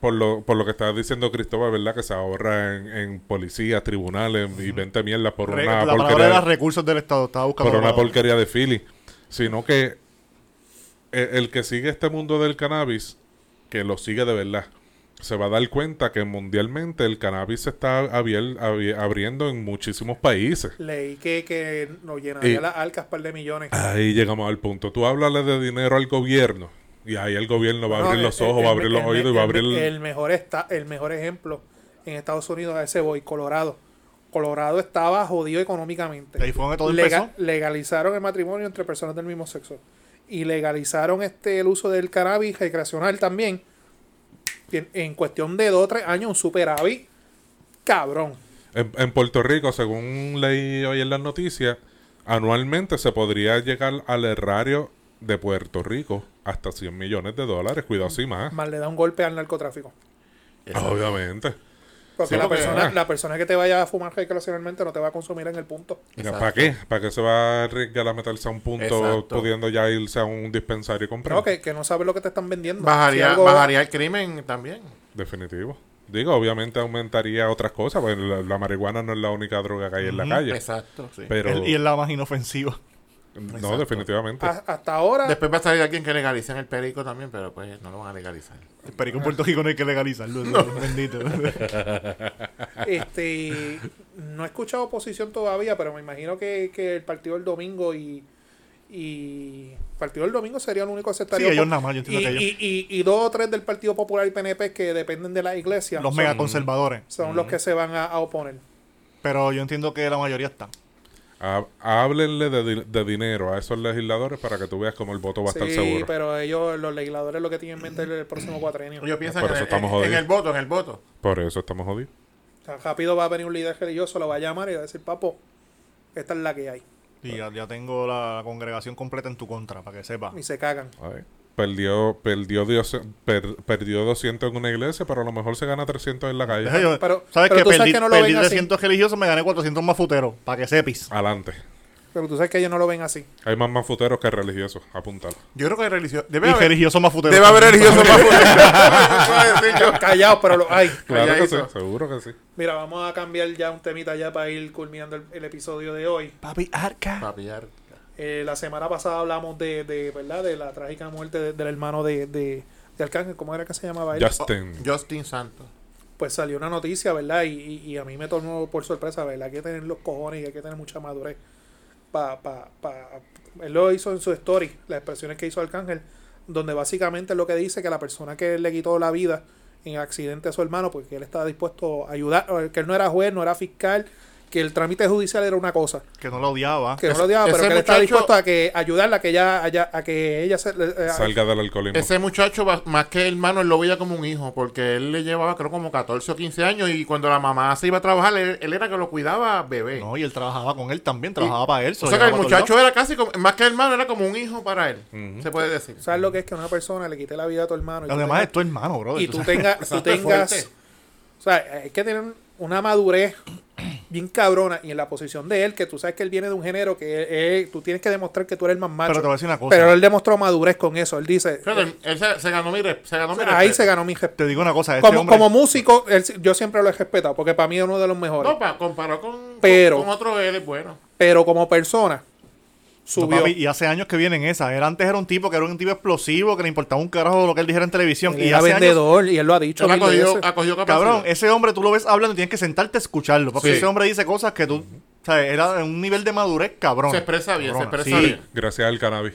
Speaker 2: por, lo, por lo que estaba diciendo Cristóbal, ¿verdad? Que se ahorra en, en policías, tribunales y 20 mierdas por
Speaker 3: Re-
Speaker 2: una
Speaker 3: la palabra
Speaker 2: porquería.
Speaker 3: de los recursos del Estado. Estaba buscando
Speaker 2: por una
Speaker 3: la palabra.
Speaker 2: porquería de Philly. Sino que e- el, que sigue este mundo del cannabis, que lo sigue de verdad, se va a dar cuenta que mundialmente el cannabis se está abier- abri- abriendo en muchísimos países.
Speaker 1: Leí que, que nos
Speaker 2: Y- Ah,
Speaker 1: llenaría las arcas par de millones.
Speaker 2: Ahí llegamos al punto. Tú háblale de dinero al gobierno. Y ahí el gobierno va a abrir
Speaker 1: No, eh,
Speaker 2: los
Speaker 1: el-
Speaker 2: ojos,
Speaker 1: el-
Speaker 2: va a abrir los
Speaker 1: el-
Speaker 2: oídos y va a
Speaker 1: el-
Speaker 2: abrir...
Speaker 1: eh, El, mejor está, el mejor ejemplo en Estados Unidos a ese voy, Colorado. Colorado estaba jodido económicamente.
Speaker 3: Ahí fue donde todo empezó.
Speaker 1: legalizaron el matrimonio entre personas del mismo sexo. Y legalizaron este el uso del cannabis recreacional también. En, en cuestión de dos o tres años, un superávit. Cabrón.
Speaker 2: En, en Puerto Rico, según leí hoy en las noticias, anualmente se podría llegar al errario de Puerto Rico hasta 100 millones de dólares. Cuidado, sí, más.
Speaker 1: Más le da un golpe al narcotráfico.
Speaker 2: Obviamente.
Speaker 1: Porque
Speaker 2: Sí,
Speaker 1: la,
Speaker 2: porque-
Speaker 1: persona,
Speaker 2: ah.
Speaker 1: la persona que te vaya a fumar recreacionalmente no te va a consumir en el punto.
Speaker 4: Exacto.
Speaker 2: ¿Para qué? ¿Para qué se va a arriesgar a meterse a un punto
Speaker 4: Exacto.
Speaker 2: pudiendo ya irse a un dispensario y comprar?
Speaker 1: No, que, que no sabes lo que te están vendiendo. Si
Speaker 4: Bajaría,
Speaker 1: algo-
Speaker 4: bajaría el crimen también.
Speaker 2: Definitivo. Digo, obviamente aumentaría otras cosas, porque la, la marihuana no es la única droga que hay en la calle.
Speaker 4: Exacto, sí.
Speaker 2: Pero,
Speaker 3: El- y es la más inofensiva.
Speaker 2: no,
Speaker 4: exacto.
Speaker 2: definitivamente.
Speaker 1: a- hasta ahora.
Speaker 4: Después va a salir alguien que legalicen el perico también, pero pues no lo van a legalizar.
Speaker 3: El perico en Puerto Rico no hay que legalizarlo. Bendito.
Speaker 1: Este, no he escuchado oposición todavía, pero me imagino que, que el partido del domingo y, y el partido del domingo sería el único que aceptaría.
Speaker 3: Sí, ellos
Speaker 1: opo-
Speaker 3: nada más, yo entiendo
Speaker 1: y,
Speaker 3: que ellos-
Speaker 1: y- y- y dos o tres del Partido Popular y PNP que dependen de la iglesia
Speaker 3: Los
Speaker 1: son,
Speaker 3: megaconservadores.
Speaker 1: son los que se van a, a oponer.
Speaker 3: Pero yo entiendo que la mayoría está.
Speaker 2: Ha- háblenle de, di- de dinero a esos legisladores para que tú veas cómo el voto va a estar
Speaker 1: Sí, pues.
Speaker 2: seguro.
Speaker 1: pero ellos, los legisladores, lo que tienen en mente es el
Speaker 3: Mm.
Speaker 1: próximo cuatrenio.
Speaker 4: Yo pienso
Speaker 2: Por
Speaker 4: que en,
Speaker 2: eso
Speaker 4: el-
Speaker 2: estamos
Speaker 4: en- en
Speaker 2: jodidos.
Speaker 4: el voto, en el voto.
Speaker 2: Por eso estamos jodidos.
Speaker 1: O sea, rápido va a venir un líder religioso, lo va a llamar y va a decir, papo, esta es la que hay.
Speaker 3: Y ya, ya tengo la congregación completa en tu contra, para que sepa.
Speaker 1: Y se cagan.
Speaker 2: Ay. Perdió, perdió, Dios, per- perdió 200 en una iglesia, pero a lo mejor se gana 300 en la
Speaker 3: Deja
Speaker 2: calle.
Speaker 3: yo-
Speaker 1: Pero-
Speaker 3: ¿Sabes
Speaker 1: pero
Speaker 3: que
Speaker 1: tú sabes
Speaker 3: Perdí,
Speaker 1: que no lo
Speaker 3: perdí
Speaker 1: ven así.
Speaker 3: 300 religiosos, me gané 400 más futeros, para que sepis.
Speaker 2: Adelante.
Speaker 1: Pero tú sabes que ellos no lo ven así.
Speaker 2: Hay más manfuteros que religiosos. Apúntalo.
Speaker 4: Yo creo que hay religioso. Debe
Speaker 3: Y
Speaker 4: haber,
Speaker 3: religiosos más futeros.
Speaker 4: debe haber
Speaker 3: también.
Speaker 4: religioso más fuerte.
Speaker 1: Callados, pero lo hay.
Speaker 2: Claro que sí,
Speaker 4: Calladito.
Speaker 2: seguro que sí.
Speaker 1: Mira, vamos a cambiar ya un temita ya para ir culminando el, el episodio de hoy.
Speaker 3: Papi, arca.
Speaker 4: Papillar.
Speaker 1: Eh, la semana pasada hablamos de, de, ¿verdad? De la trágica
Speaker 4: Oh,
Speaker 1: muerte de- del hermano de, de, de Arcángel. ¿Cómo era que se llamaba él?
Speaker 2: Justin.
Speaker 4: Justin Santos.
Speaker 1: pues salió una noticia, ¿verdad? Y, y- y a mí me tomó por sorpresa, ¿verdad? Hay que tener los cojones y hay que tener mucha madurez. Pa, pa, pa- Él lo hizo en su story, las expresiones que hizo Arcángel, donde básicamente lo que dice que la persona que le quitó la vida en accidente a su hermano, porque él estaba dispuesto a ayudar, o que él no era juez, no era fiscal, que el trámite judicial era una cosa
Speaker 3: Que no la odiaba.
Speaker 1: que no
Speaker 4: Ese-
Speaker 1: lo odiaba, pero
Speaker 4: ese
Speaker 1: que él estaba
Speaker 4: muchacho-
Speaker 1: dispuesto a que ayudarla a que ella haya- a que ella se, eh, a-
Speaker 2: Salga del alcoholismo.
Speaker 4: Ese muchacho, va- más que hermano, él lo veía como un hijo, porque él le llevaba, creo, como 14 o 15 años, y cuando la mamá se iba a trabajar, él, él era que lo cuidaba bebé.
Speaker 3: No, y él trabajaba con él también, trabajaba para él. se lo
Speaker 4: o sea que el
Speaker 3: llevaba a todos
Speaker 4: muchacho era casi, como, más que hermano, era como un hijo para él, se puede decir.
Speaker 1: ¿Sabes lo que es que una persona le quite la vida a tu hermano? y
Speaker 3: lados.
Speaker 1: tú tengas-
Speaker 3: Además, Oh, es tu hermano, bro.
Speaker 1: y tú, tenga- tú
Speaker 4: Exacto, es
Speaker 1: tengas.
Speaker 4: fuerte.
Speaker 1: O sea, hay que tener una madurez bien cabrona. Y en la posición de él, que tú sabes que él viene de un género que eh, tú tienes que demostrar que tú eres el más macho.
Speaker 3: Pero te voy a decir una cosa.
Speaker 1: Pero él demostró madurez con eso. Él dice.
Speaker 4: Pero él, él se, se ganó mi rep- se ganó
Speaker 1: o
Speaker 4: mi
Speaker 1: sea, ahí
Speaker 4: respeto.
Speaker 1: se ganó mi respeto.
Speaker 3: Te digo una cosa. Este
Speaker 1: Como,
Speaker 3: hombre,
Speaker 1: como músico, él sí- yo siempre lo he respetado, porque para mí es uno de los mejores.
Speaker 4: No, pa, comparado con,
Speaker 1: Pero-
Speaker 4: con, con otro, él es bueno.
Speaker 1: Pero como persona,
Speaker 3: No,
Speaker 1: subió.
Speaker 3: papi, y hace años que vienen esas. Él antes era un tipo que era un tipo explosivo, que le importaba un carajo lo que él dijera en televisión.
Speaker 1: Él
Speaker 3: y
Speaker 1: era
Speaker 3: hace años
Speaker 1: vendedor y él lo ha dicho.
Speaker 4: Él ha
Speaker 1: mil
Speaker 4: cogido,
Speaker 1: veces.
Speaker 4: ha cogido capacidad.
Speaker 3: Cabrón, ese hombre tú lo ves hablando y tienes que sentarte a escucharlo. Porque
Speaker 4: Sí.
Speaker 3: ese hombre dice cosas que tú. O sea, era un nivel de madurez cabrón.
Speaker 4: Se expresa bien, se
Speaker 3: Cabrona,
Speaker 4: expresa
Speaker 3: sí.
Speaker 4: bien.
Speaker 2: Gracias al cannabis.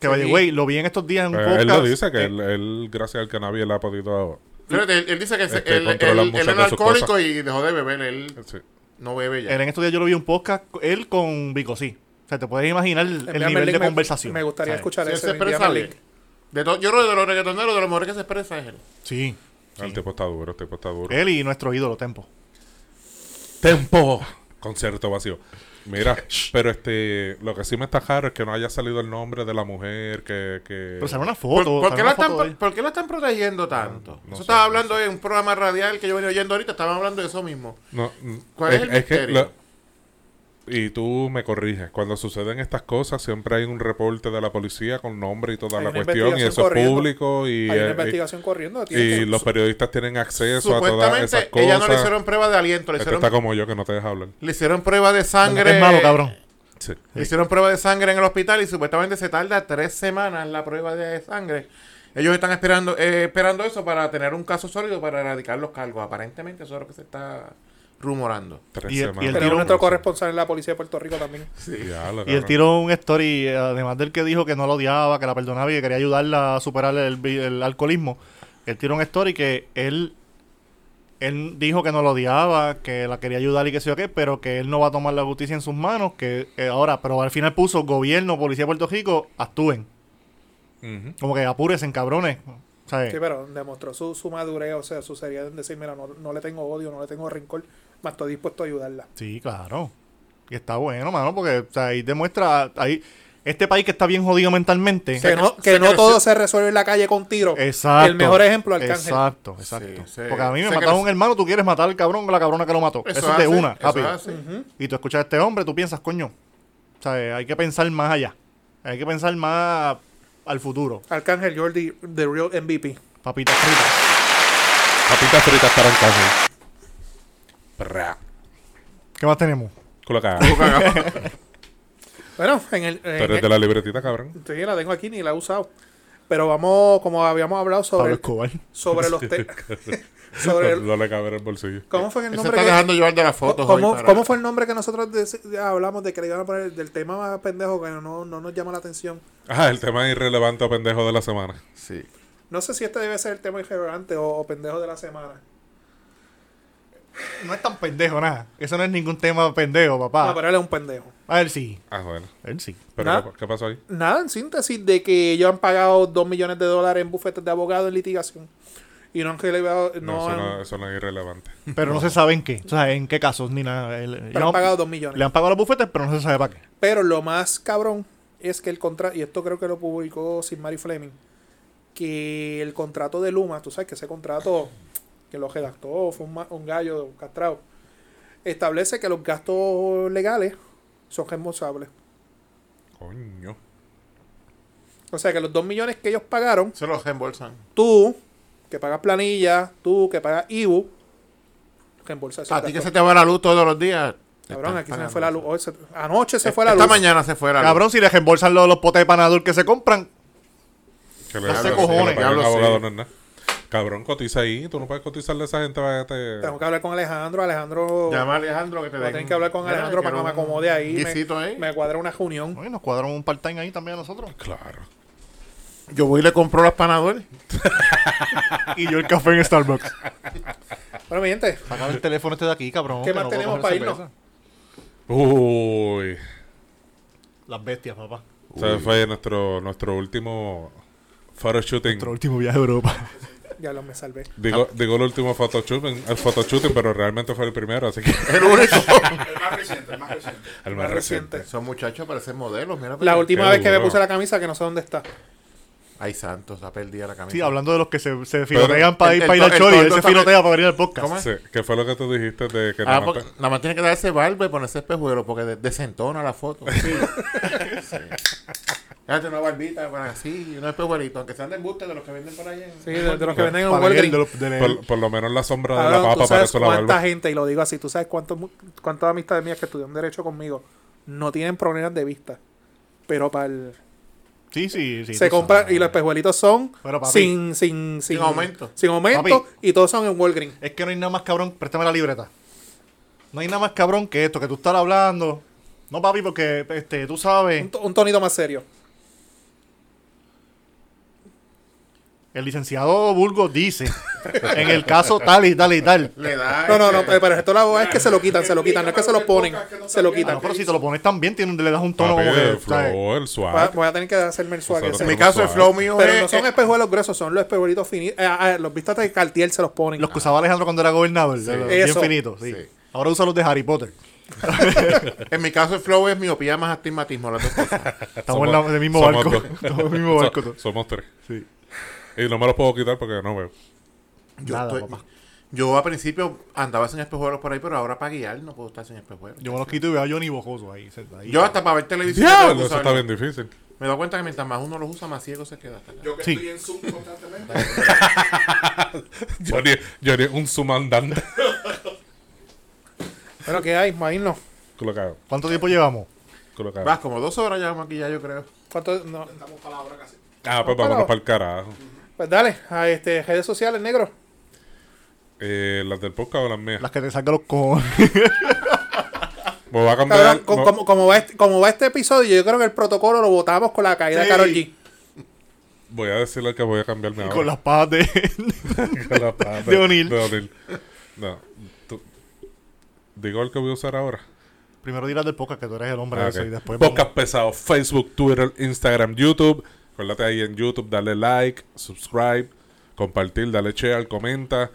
Speaker 3: Que by the
Speaker 1: Sí.
Speaker 3: way, lo vi en estos días en un
Speaker 2: Eh,
Speaker 3: podcast.
Speaker 2: él lo dice que
Speaker 3: Eh,
Speaker 2: él, él, gracias al cannabis, él ha podido.
Speaker 4: Fíjate, él, él dice que se-
Speaker 2: Este,
Speaker 4: él, él,
Speaker 2: controla
Speaker 4: él
Speaker 2: muchas de
Speaker 4: era
Speaker 2: sus
Speaker 4: alcohólico
Speaker 2: cosas.
Speaker 4: y dejó de beber, él
Speaker 2: sí.
Speaker 4: no bebe ya.
Speaker 3: él en estos días yo lo vi en un podcast, él con Bicosí. O sea, te puedes imaginar el,
Speaker 1: Envíame
Speaker 3: nivel de
Speaker 1: link, me-
Speaker 3: conversación.
Speaker 1: Me gustaría
Speaker 3: ¿sabes?
Speaker 1: escuchar
Speaker 4: Sí, él
Speaker 1: eso.
Speaker 4: se expresa
Speaker 1: envíame el
Speaker 4: bien.
Speaker 1: link.
Speaker 4: De to- yo creo que de los reggaetoneros, de los mejores que se expresa es él.
Speaker 3: Sí.
Speaker 2: Ah, El tipo está duro, el tipo está duro.
Speaker 3: Él y nuestro ídolo, Tempo.
Speaker 2: ¡Tempo! Concierto vacío. Mira, pero este, lo que sí me está raro es que no haya salido el nombre de la mujer que. que...
Speaker 3: Pero sale una
Speaker 4: ¿Por,
Speaker 3: foto.
Speaker 4: por
Speaker 3: sale
Speaker 4: qué
Speaker 3: una
Speaker 4: la están,
Speaker 3: foto de
Speaker 4: pro-
Speaker 3: él.
Speaker 4: por qué la están protegiendo tanto?
Speaker 2: no
Speaker 4: eso
Speaker 2: sé,
Speaker 4: estaba
Speaker 2: no
Speaker 4: hablando en un programa radial que yo venía oyendo ahorita, estaban hablando de eso mismo.
Speaker 2: No, mm,
Speaker 4: ¿Cuál es el misterio?
Speaker 2: y tú me corriges. Cuando suceden estas cosas, siempre hay un reporte de la policía con nombre y toda
Speaker 1: Hay
Speaker 2: la
Speaker 1: una
Speaker 2: cuestión. Y
Speaker 1: investigación
Speaker 2: eso
Speaker 1: corriendo.
Speaker 2: es público. Y,
Speaker 1: Hay
Speaker 2: eh,
Speaker 1: una
Speaker 2: y-
Speaker 1: investigación corriendo.
Speaker 2: y
Speaker 1: tiene que-
Speaker 2: los periodistas tienen acceso a todas esas
Speaker 4: Supuestamente,
Speaker 2: cosas.
Speaker 4: ella no le hicieron prueba de aliento, le
Speaker 2: Este
Speaker 4: hicieron,
Speaker 2: está como yo que no te deja hablar.
Speaker 4: le hicieron prueba de sangre.
Speaker 3: Es malo, cabrón.
Speaker 2: Sí.
Speaker 4: Le hicieron prueba de sangre en el hospital y supuestamente se tarda tres semanas la prueba de sangre. Ellos están esperando, eh, esperando eso para tener un caso sólido para erradicar los cargos. Aparentemente eso es lo que se está rumorando.
Speaker 2: Tres
Speaker 3: Y el- y el
Speaker 2: semanas.
Speaker 1: Tenemos
Speaker 3: tiro-
Speaker 1: nuestro corresponsal en la policía de Puerto Rico también.
Speaker 2: Ya, lo
Speaker 3: Y él
Speaker 2: cabrón.
Speaker 3: tiró un story, eh, además del que dijo que no la odiaba, que la perdonaba y que quería ayudarla a superar el, vi- el alcoholismo. Él tiró un story que él, él dijo que no la odiaba, que la quería ayudar y que sé yo qué, pero que él no va a tomar la justicia en sus manos, que eh, ahora, pero al final puso gobierno, policía de Puerto Rico, actúen.
Speaker 2: Ujú.
Speaker 3: Como que apúresen, cabrones. ¿Sabes?
Speaker 1: Sí, pero demostró su, su madurez, o sea, su seriedad en decir, mira, no, no le tengo odio, no le tengo rencor, más estoy dispuesto a ayudarla.
Speaker 3: Sí, claro. Y está bueno, mano, porque o sea, ahí demuestra, ahí, este país que está bien jodido mentalmente.
Speaker 1: Que no, que
Speaker 4: se
Speaker 1: no
Speaker 4: creció-
Speaker 1: todo se resuelve en la calle con tiro.
Speaker 3: Exacto.
Speaker 1: El mejor ejemplo, Arcángel.
Speaker 3: Exacto, exacto.
Speaker 4: Sí, sí.
Speaker 3: Porque a mí me
Speaker 4: Sé que
Speaker 3: mataron
Speaker 4: lo-
Speaker 3: un hermano, tú quieres matar al cabrón o la cabrona que lo mató. Eso, es de
Speaker 4: hace,
Speaker 3: una,
Speaker 4: eso
Speaker 3: rápido.
Speaker 4: hace.
Speaker 3: Y tú escuchas a este hombre, tú piensas, coño. O sea, eh, hay que pensar más allá. Hay que pensar más al futuro.
Speaker 1: Arcángel Jordi, the real MVP.
Speaker 3: Papita frita.
Speaker 2: Papitas fritas para el café. Pra.
Speaker 3: ¿Qué más tenemos?
Speaker 2: Coloca.
Speaker 1: Bueno, en el... en
Speaker 2: Pero es
Speaker 1: el-
Speaker 2: de la libretita, cabrón.
Speaker 1: sí, la tengo aquí, ni la he usado. Pero vamos, como habíamos hablado
Speaker 3: Pablo
Speaker 1: sobre,
Speaker 3: Escobar.
Speaker 1: sobre los... te- sobre
Speaker 2: No,
Speaker 1: el-
Speaker 2: no le cabe en el bolsillo.
Speaker 1: ¿Cómo fue el
Speaker 4: Él Se
Speaker 1: nombre
Speaker 4: está
Speaker 1: que-
Speaker 4: dejando llevar de las fotos. hoy
Speaker 1: ¿Cómo,
Speaker 4: para-
Speaker 1: cómo fue el nombre que nosotros dec- hablamos de que le iban a poner del tema más pendejo que no, no nos llama la atención?
Speaker 2: Ah, el tema irrelevante o pendejo de la semana.
Speaker 4: Sí.
Speaker 1: No sé si este debe ser el tema irrelevante o, o pendejo de la semana.
Speaker 3: No es tan pendejo nada. Eso no es ningún tema pendejo, papá.
Speaker 1: No, pero él es un pendejo.
Speaker 3: A él sí.
Speaker 2: Ah, bueno.
Speaker 3: Él sí.
Speaker 2: ¿Pero
Speaker 1: Nah.
Speaker 2: qué, qué pasó ahí?
Speaker 1: Nada, en síntesis, de que ellos han pagado 2 millones de dólares en bufetes de abogados en litigación y no han relevado. No,
Speaker 2: No,
Speaker 1: han,
Speaker 2: eso, no, eso no es irrelevante.
Speaker 3: Pero no se sabe en qué. O sea, en qué casos ni nada. Él-
Speaker 1: pero
Speaker 3: ya
Speaker 1: han
Speaker 3: no-
Speaker 1: pagado 2
Speaker 3: le
Speaker 1: millones.
Speaker 3: han pagado los bufetes, pero no se sabe para qué.
Speaker 1: Pero lo más cabrón es que el contrato, y esto creo que lo publicó Sin Mary Fleming, que el contrato de Luma, tú sabes que ese contrato que lo redactó fue un, ma- un gallo castrado, establece que los gastos legales son reembolsables.
Speaker 2: Coño.
Speaker 1: O sea que los 2 millones que ellos pagaron,
Speaker 4: Se los reembolsan.
Speaker 1: tú que pagas planilla, tú que pagas IBU, reembolsa esos
Speaker 4: A ti que se
Speaker 1: gastos.
Speaker 4: te va la luz todos los días.
Speaker 1: Cabrón,
Speaker 4: Estás
Speaker 1: aquí se me
Speaker 4: pagando
Speaker 1: fue la luz.
Speaker 4: eso.
Speaker 1: Hoy se- anoche se fue la luz.
Speaker 4: Esta mañana se
Speaker 1: Ah,
Speaker 4: fue la luz.
Speaker 3: Cabrón, si les reembolsan los, los potes de panador que se compran,
Speaker 2: Que le
Speaker 3: No sé
Speaker 2: que le
Speaker 3: cojones,
Speaker 2: paguen
Speaker 4: diablo,
Speaker 2: abogado
Speaker 4: sí.
Speaker 2: no es nada. Cabrón, cotiza ahí. Tú no puedes cotizarle a esa gente para que te...
Speaker 1: Tengo que hablar con Alejandro. Alejandro.
Speaker 4: Llama a Alejandro que te
Speaker 1: Voy a
Speaker 4: den.
Speaker 1: tener que hablar con
Speaker 4: Mira,
Speaker 1: Alejandro para que me
Speaker 4: quiero un
Speaker 1: acomode ahí.
Speaker 4: guisito ahí.
Speaker 1: Me, me cuadre una reunión.
Speaker 3: Oye, nos cuadraron un part-time ahí también a nosotros.
Speaker 2: Claro.
Speaker 4: Yo voy y le compro las panadoras.
Speaker 3: y yo el café en Starbucks.
Speaker 1: Bueno, mi gente,
Speaker 3: Sácame el teléfono este de aquí, cabrón.
Speaker 1: ¿Qué
Speaker 3: que
Speaker 1: más
Speaker 3: puedo
Speaker 1: tenemos
Speaker 3: coger
Speaker 1: para
Speaker 3: cerveza.
Speaker 2: Uy.
Speaker 3: Las bestias, papá.
Speaker 2: Ese fue nuestro, nuestro último photoshooting.
Speaker 3: Nuestro último viaje a Europa.
Speaker 1: ya lo me salvé.
Speaker 3: Ah.
Speaker 2: Digo, digo el último photoshooting, el photoshooting, pero realmente fue el primero, así que
Speaker 4: El único.
Speaker 5: El más reciente, el más reciente.
Speaker 2: el más reciente.
Speaker 4: Esos muchachos parecen modelos. Mira,
Speaker 1: La
Speaker 4: pero-
Speaker 1: última
Speaker 2: Qué
Speaker 1: vez que me
Speaker 2: duro.
Speaker 1: puse la camisa, que no sé dónde está.
Speaker 4: Ay, santos, ha perdido la camisa.
Speaker 3: Sí, hablando de los que se, se filotean para
Speaker 4: el-
Speaker 3: ir
Speaker 4: el
Speaker 3: para ir
Speaker 4: to-
Speaker 3: al
Speaker 4: el
Speaker 3: chori, él
Speaker 4: toldo
Speaker 3: se
Speaker 4: también-
Speaker 3: filotea para venir al podcast.
Speaker 4: ¿Cómo es?
Speaker 2: Sí, ¿Qué fue lo que tú dijiste de que
Speaker 4: Ah,
Speaker 2: nada más
Speaker 4: porque nada más tiene que darse barba y ponerse espejuelo porque de- desentona la foto. Sí. Date una barbita bueno, así y unos espejuelitos, aunque sean de embuste de los que venden por allá.
Speaker 1: Sí, de, de los que venden en
Speaker 3: Para leer
Speaker 1: Walgreens.
Speaker 3: de los- de Ah, leer.
Speaker 2: por, por lo menos la sombra de la
Speaker 1: Cabrón,
Speaker 2: papa
Speaker 1: tú sabes
Speaker 2: parece la
Speaker 1: cuánta
Speaker 2: barba?
Speaker 1: gente, y lo digo así, tú sabes cuántos mu- cuántas amistades mías que estudian Derecho conmigo no tienen problemas de vista. Pero para el-
Speaker 3: Sí, sí, sí.
Speaker 1: se
Speaker 3: tú
Speaker 1: compran
Speaker 3: sabes.
Speaker 1: y los espejuelitos son
Speaker 3: Pero, papi,
Speaker 1: sin, sin, sin,
Speaker 4: aumento.
Speaker 1: Sin aumento
Speaker 3: Papi.
Speaker 1: y todos son en Walgreens.
Speaker 3: Es que no hay nada más cabrón. Préstame la libreta. No hay nada más cabrón que esto, que tú estás hablando. No, papi, porque este, tú sabes,
Speaker 1: Un, to- un tonito más serio.
Speaker 3: el licenciado Burgos dice, en el caso tal y tal y tal.
Speaker 4: Le da.
Speaker 1: No, no, no,
Speaker 4: este,
Speaker 1: pero el resto de la boda es que se lo quitan, se lo quitan, no es que se lo ponen, se lo
Speaker 3: Ah,
Speaker 1: quitan.
Speaker 3: no, pero si te lo pones tan bien, tiene- le das un tono
Speaker 2: Papi,
Speaker 3: como que,
Speaker 2: el
Speaker 3: ¿sabes?
Speaker 2: flow, el suave.
Speaker 1: Voy a- Voy a tener que hacerme el suave.
Speaker 2: Nosotros
Speaker 4: En
Speaker 1: ese.
Speaker 4: mi caso, el flow mío
Speaker 1: Pero
Speaker 4: es.
Speaker 1: no son
Speaker 4: eh,
Speaker 1: espejuelos gruesos, son los espejuelitos finitos. Eh, ah, los vistas de Cartier se los ponen.
Speaker 3: Los que usaba Alejandro cuando era gobernador. de los bien
Speaker 1: Eso.
Speaker 3: finitos, sí.
Speaker 4: Sí.
Speaker 3: Ahora usa los de Harry Potter.
Speaker 4: en mi caso, el flow es miopía más astigmatismo. Las dos cosas.
Speaker 3: Estamos en, la- en el mismo
Speaker 2: somos
Speaker 3: barco.
Speaker 2: dos.
Speaker 3: Estamos en el mismo barco.
Speaker 2: So- somos tres.
Speaker 3: Sí.
Speaker 2: Y no me los puedo quitar porque no veo.
Speaker 4: Yo,
Speaker 3: Nada,
Speaker 4: estoy-
Speaker 3: papá.
Speaker 4: yo a principio andaba sin espejuelos por ahí, pero ahora para guiar no puedo estar sin espejuelos.
Speaker 3: Yo me los quito y veo a Johnny Bojoso ahí. sentado ahí.
Speaker 4: Yo hasta para ver televisión.
Speaker 2: Diablo,
Speaker 4: tengo que
Speaker 2: Eso está
Speaker 4: usarlo.
Speaker 2: bien difícil.
Speaker 4: Me doy cuenta que mientras más uno los usa, más ciego se queda.
Speaker 5: Yo que
Speaker 3: Sí.
Speaker 5: estoy en Zoom constantemente.
Speaker 2: Yo haría, yo haría un sumandante.
Speaker 1: Bueno, ¿qué hay? Imagino.
Speaker 2: colocado,
Speaker 3: ¿Cuánto tiempo llevamos?
Speaker 2: colocado.
Speaker 4: Vas como dos horas ya maquillar, yo creo.
Speaker 1: ¿Cuánto? No.
Speaker 5: Estamos para la hora casi.
Speaker 2: Ah, pues
Speaker 1: No,
Speaker 2: vámonos
Speaker 1: pero-
Speaker 2: para el carajo.
Speaker 1: Pues dale, a este, redes sociales, negro.
Speaker 2: Eh, las del podcast o las mías.
Speaker 3: Las que te sacan los cojones.
Speaker 2: Me voy a cambiar.
Speaker 1: Cabrón, co-
Speaker 2: me-
Speaker 1: como, como va este, como va este episodio, yo creo que el protocolo lo votamos con la caída
Speaker 3: Sí.
Speaker 1: de Carol G.
Speaker 2: Voy a decirle que voy a cambiarme ahora.
Speaker 3: Con las patas de...
Speaker 2: Con la pata
Speaker 3: de O'Neal.
Speaker 2: de O'Neal. No. tú- digo el que voy a usar ahora.
Speaker 3: Primero dirás del podcast que tú eres el hombre
Speaker 2: Ah,
Speaker 3: de
Speaker 2: ok.
Speaker 3: eso y después... vamos.
Speaker 2: Podcast pesado. Facebook, Twitter, Instagram, YouTube. Acuérdate ahí en YouTube, dale like, subscribe, compartir, dale share, comenta.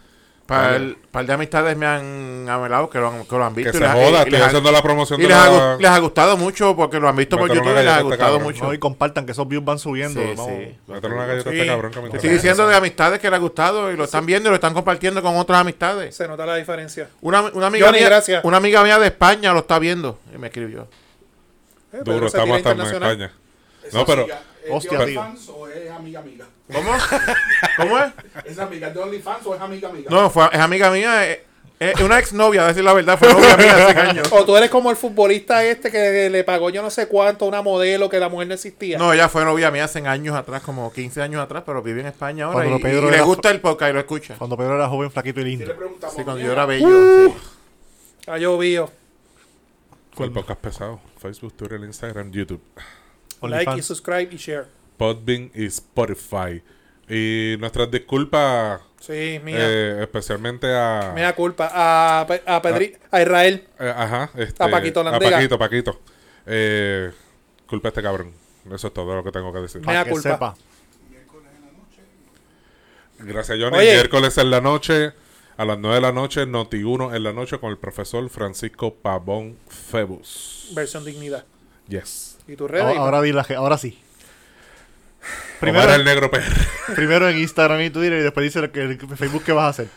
Speaker 4: Para
Speaker 2: Vale.
Speaker 4: el par de amistades me han amelado que lo han, que lo han
Speaker 2: Que
Speaker 4: visto.
Speaker 2: se
Speaker 4: y les ha-
Speaker 2: joda,
Speaker 4: y
Speaker 2: estoy
Speaker 4: les ha-
Speaker 2: haciendo la promoción
Speaker 4: y
Speaker 2: de
Speaker 4: les ha,
Speaker 2: la-
Speaker 4: gu- les ha gustado mucho porque lo han visto por
Speaker 2: Métele una
Speaker 4: YouTube y les ha
Speaker 2: galleta,
Speaker 4: gustado
Speaker 2: cabrón.
Speaker 4: mucho.
Speaker 3: No, y compartan, que esos views van subiendo.
Speaker 4: Sí,
Speaker 3: vamos.
Speaker 4: sí.
Speaker 2: Métele una galleta a
Speaker 1: Sí.
Speaker 2: este cabrón que me
Speaker 4: Te
Speaker 2: encanta.
Speaker 4: estoy diciendo de amistades que les ha gustado y lo están viendo y lo están compartiendo con otras amistades.
Speaker 1: Se nota la diferencia.
Speaker 4: Una, una amiga
Speaker 1: Johnny,
Speaker 4: mía,
Speaker 1: gracias.
Speaker 4: una amiga mía de España lo está viendo y me escribió.
Speaker 1: Eh,
Speaker 2: Duro,
Speaker 1: Pedro se tira
Speaker 2: estamos hasta en
Speaker 1: internacional.
Speaker 2: España. No, pero-
Speaker 5: ¿Es
Speaker 3: Hostia,
Speaker 5: de
Speaker 3: tío.
Speaker 5: OnlyFans o es amiga amiga?
Speaker 4: ¿Cómo? ¿Cómo es?
Speaker 5: ¿Es amiga de OnlyFans o es amiga amiga?
Speaker 4: No, fue, es amiga mía, es, es una exnovia, a decir la verdad, fue novia mía hace años.
Speaker 1: O tú eres como el futbolista este que le pagó yo no sé cuánto a una modelo que la mujer no existía.
Speaker 4: No, ella fue novia mía hace años atrás, como 15 años atrás, pero vive en España ahora
Speaker 3: Cuando
Speaker 4: y,
Speaker 3: Pedro
Speaker 4: y le
Speaker 3: era-
Speaker 4: gusta el podcast y lo escucha.
Speaker 3: Cuando Pedro era joven, flaquito y
Speaker 5: Si
Speaker 3: lindo.
Speaker 5: le preguntamos.
Speaker 4: Sí, cuando
Speaker 5: mira,
Speaker 4: yo era bello.
Speaker 2: Uh.
Speaker 4: sí.
Speaker 1: Ha llovido.
Speaker 2: El podcast pesado. Facebook, Twitter, Instagram, YouTube.
Speaker 1: Like y
Speaker 3: OnlyFans.
Speaker 1: subscribe y share.
Speaker 2: Podbean y Spotify. Y nuestras disculpas
Speaker 1: Sí, mía.
Speaker 2: eh, especialmente a...
Speaker 1: Mea culpa. A, Pe- a Pedri, a Israel.
Speaker 2: Eh, ajá. Este,
Speaker 1: A Paquito
Speaker 2: A
Speaker 1: Landega.
Speaker 2: Paquito, Paquito. Eh, culpa a este cabrón. Eso es todo lo que tengo que decir.
Speaker 1: Mea
Speaker 3: Para que
Speaker 1: culpa.
Speaker 3: sepa.
Speaker 2: Gracias, Johnny.
Speaker 1: Oye.
Speaker 2: Miércoles en la noche, a las 9 de la noche, Noti 1 en la noche con el profesor Francisco Pavón Febus.
Speaker 1: Versión dignidad.
Speaker 2: Yes.
Speaker 1: Y tu red.
Speaker 3: Ahora, ahora di la ge- ahora sí. Primero,
Speaker 2: Omar el negro perro.
Speaker 3: primero en Instagram y Twitter y después dice lo que, en Facebook qué vas a hacer.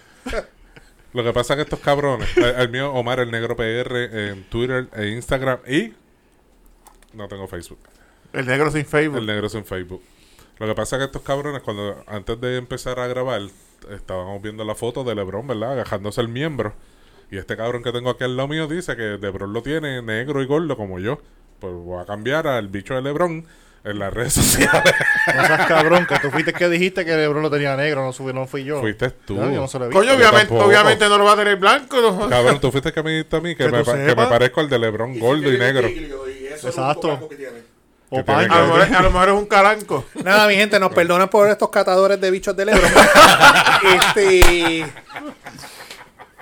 Speaker 2: Lo que pasa es que estos cabrones, el, el mío Omar el negro PR en Twitter e Instagram y no tengo Facebook.
Speaker 4: El negro sin Facebook.
Speaker 2: El negro es en Facebook. Lo que pasa es que estos cabrones, cuando antes de empezar a grabar, estábamos viendo la foto de Lebron, ¿verdad? Agajándose el miembro. Y este cabrón que tengo aquí al lado mío dice que Lebron lo tiene negro y gordo como yo. Pues voy a cambiar al bicho de Lebron en las redes sociales.
Speaker 3: No seas cabrón, que tú fuiste el que dijiste que Lebron lo tenía negro, no, subí, no fui yo.
Speaker 2: Fuiste tú.
Speaker 3: No, yo no se lo vi.
Speaker 4: Coño, obviamente,
Speaker 2: tampoco.
Speaker 4: obviamente no lo va a tener blanco. ¿no?
Speaker 2: Cabrón, tú fuiste el que me dijiste a mí que,
Speaker 3: Que
Speaker 2: me,
Speaker 3: tú
Speaker 2: pa- que
Speaker 3: sepas.
Speaker 2: me parezco al de Lebron gordo y negro.
Speaker 3: Exacto.
Speaker 5: Exacto.
Speaker 3: O
Speaker 2: que
Speaker 3: pan,
Speaker 2: tiene
Speaker 4: A lo,
Speaker 3: cabrón.
Speaker 4: mejor, a lo mejor es un calanco.
Speaker 1: Nada, mi gente, nos perdonan por estos catadores de bichos de Lebron. este.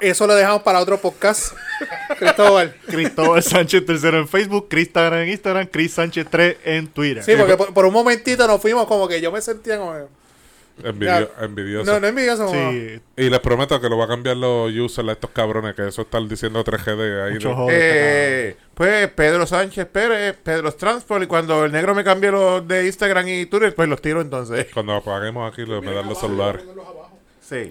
Speaker 1: Eso lo dejamos para otro podcast. Cristóbal.
Speaker 3: Cristóbal Sánchez tercero en Facebook, Cristian en Instagram, Chris Sánchez 3 en Twitter.
Speaker 1: Sí, porque por, por un momentito nos fuimos como que yo me sentía como.
Speaker 2: Envidio- envidioso.
Speaker 1: No, no es mi caso.
Speaker 3: Sí,
Speaker 2: Y les prometo que lo va a cambiar los users a estos cabrones, que eso están diciendo 3G ahí.
Speaker 3: mucho
Speaker 2: de-
Speaker 3: joder,
Speaker 4: Eh, pues Pedro Sánchez Pérez, Pedro Transport. Y cuando el negro me cambie los de Instagram y Twitter, pues los tiro entonces.
Speaker 2: Cuando apaguemos aquí, les me dan los celulares.
Speaker 4: Sí.
Speaker 3: cabrón.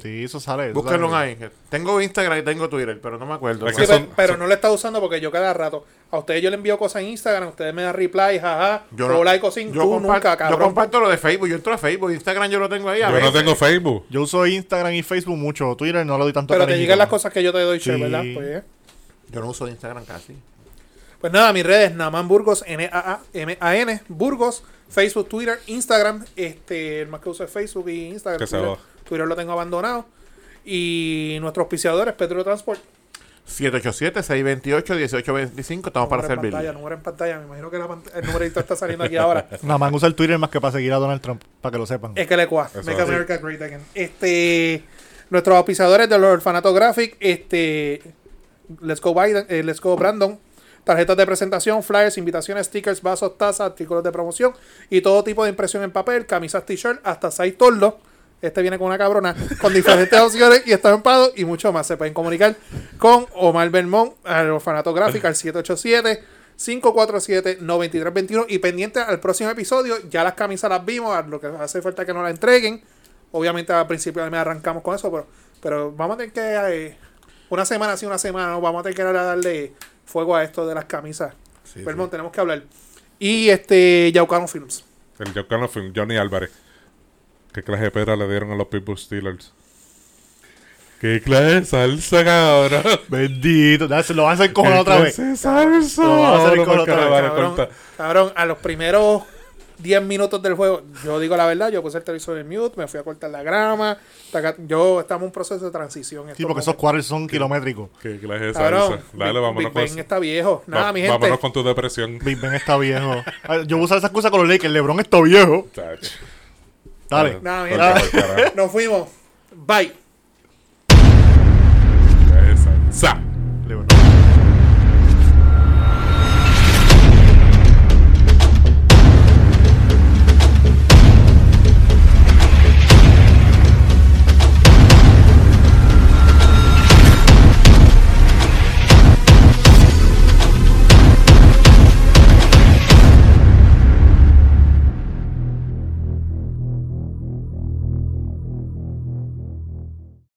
Speaker 3: Sí, eso sale. eso
Speaker 4: Búsquenlo
Speaker 3: sale.
Speaker 4: ahí. Tengo Instagram y tengo Twitter, pero no me acuerdo. Pues
Speaker 2: Es
Speaker 1: Sí,
Speaker 2: que
Speaker 1: pero,
Speaker 2: son-
Speaker 1: pero
Speaker 2: son-
Speaker 1: no lo está usando porque yo cada rato. A ustedes yo le envío cosas en Instagram, ustedes me dan reply, jaja.
Speaker 4: Yo no-
Speaker 1: no, like o sin,
Speaker 4: yo
Speaker 1: tú
Speaker 4: compar-
Speaker 1: nunca,
Speaker 4: Yo
Speaker 1: cabrón.
Speaker 4: comparto lo de Facebook. Yo entro a Facebook. Instagram yo lo tengo ahí. a
Speaker 2: Yo no
Speaker 4: veces.
Speaker 2: tengo Facebook.
Speaker 3: Yo uso Instagram y Facebook mucho, Twitter no lo doy tanto
Speaker 1: pero te
Speaker 3: cariñito.
Speaker 1: llegan las cosas que yo te doy, che,
Speaker 3: Sí.
Speaker 1: ¿verdad? Pues, eh.
Speaker 4: Yo no uso Instagram casi.
Speaker 1: Pues nada, mis redes, Naman Burgos, N-A-A-M-A-N, Burgos, Facebook, Twitter, Instagram. Este, el más que uso es Facebook y Instagram.
Speaker 2: Que se
Speaker 1: Twitter,
Speaker 2: joda.
Speaker 1: Twitter lo tengo abandonado. Y nuestros auspiciadores, Petro Transport.
Speaker 4: 787-628-1825. Estamos
Speaker 1: número
Speaker 4: para
Speaker 1: en
Speaker 4: servir.
Speaker 1: pantalla, número en pantalla. Me imagino que la pant- el numerito está saliendo aquí ahora.
Speaker 3: Nada más usa el Twitter más que para seguir a Donald Trump, para que lo sepan.
Speaker 1: Es que le cuá.
Speaker 2: Eso
Speaker 1: Make
Speaker 2: es.
Speaker 1: America Great Again. Este, nuestros auspiciadores de los Orfanato Graphic, este, Let's Go Biden, eh, Let's Go Brandon, tarjetas de presentación, flyers, invitaciones, stickers, vasos, tazas, artículos de promoción y todo tipo de impresión en papel, camisas, t-shirt, hasta seis tordos. Este viene con una cabrona, con diferentes opciones y estampados y mucho más. Se pueden comunicar con Omar Belmont, al Orfanato Gráfica, al 787. 547-9321 y pendiente al próximo episodio. Ya las camisas las vimos, a lo que hace falta que nos las entreguen. Obviamente al principio me arrancamos con eso, pero, pero vamos a tener que eh, una semana sí, una semana, ¿no? vamos a tener que darle fuego a esto de las camisas. Perdón, tenemos que hablar. Y este Yaucano Films.
Speaker 2: El Jocano Film, Johnny Álvarez. ¿Qué clase de pedra le dieron a los Pitbull Steelers? ¿Qué clase de salsa, cabrón?
Speaker 3: Bendito, ya se lo van a hacer cojonar
Speaker 2: ¿Qué
Speaker 3: otra vez.
Speaker 2: clase de salsa?
Speaker 3: Lo van a hacer
Speaker 2: No,
Speaker 3: con
Speaker 2: no,
Speaker 3: otra
Speaker 2: que le
Speaker 3: vez,
Speaker 2: van a
Speaker 1: Cabrón,
Speaker 2: cortar.
Speaker 1: cabrón, a los primeros 10 minutos del juego, yo digo la verdad, yo puse el televisor en mute, me fui a cortar la grama. taca- Yo estamos en un proceso de transición. en
Speaker 3: Sí,
Speaker 1: estos
Speaker 3: porque esos
Speaker 1: momentos.
Speaker 3: cuadros son kilométricos.
Speaker 2: ¿Qué clase de
Speaker 1: Cabrón,
Speaker 2: salsa? Dale,
Speaker 1: Big-
Speaker 2: vámonos
Speaker 1: Big
Speaker 2: con
Speaker 1: Ben está viejo. Nada,
Speaker 2: va-
Speaker 1: mi gente.
Speaker 2: Vámonos con tu depresión.
Speaker 3: Big Ben está viejo. Ay, Yo uso esa excusa con los Lakers, LeBron está viejo.
Speaker 2: Tach.
Speaker 3: Dale.
Speaker 1: Nada,
Speaker 2: Vete
Speaker 1: mira.
Speaker 2: pa'l carajo.
Speaker 1: Nos fuimos. Bye.
Speaker 2: Qué clase de salsa.
Speaker 3: LeBron.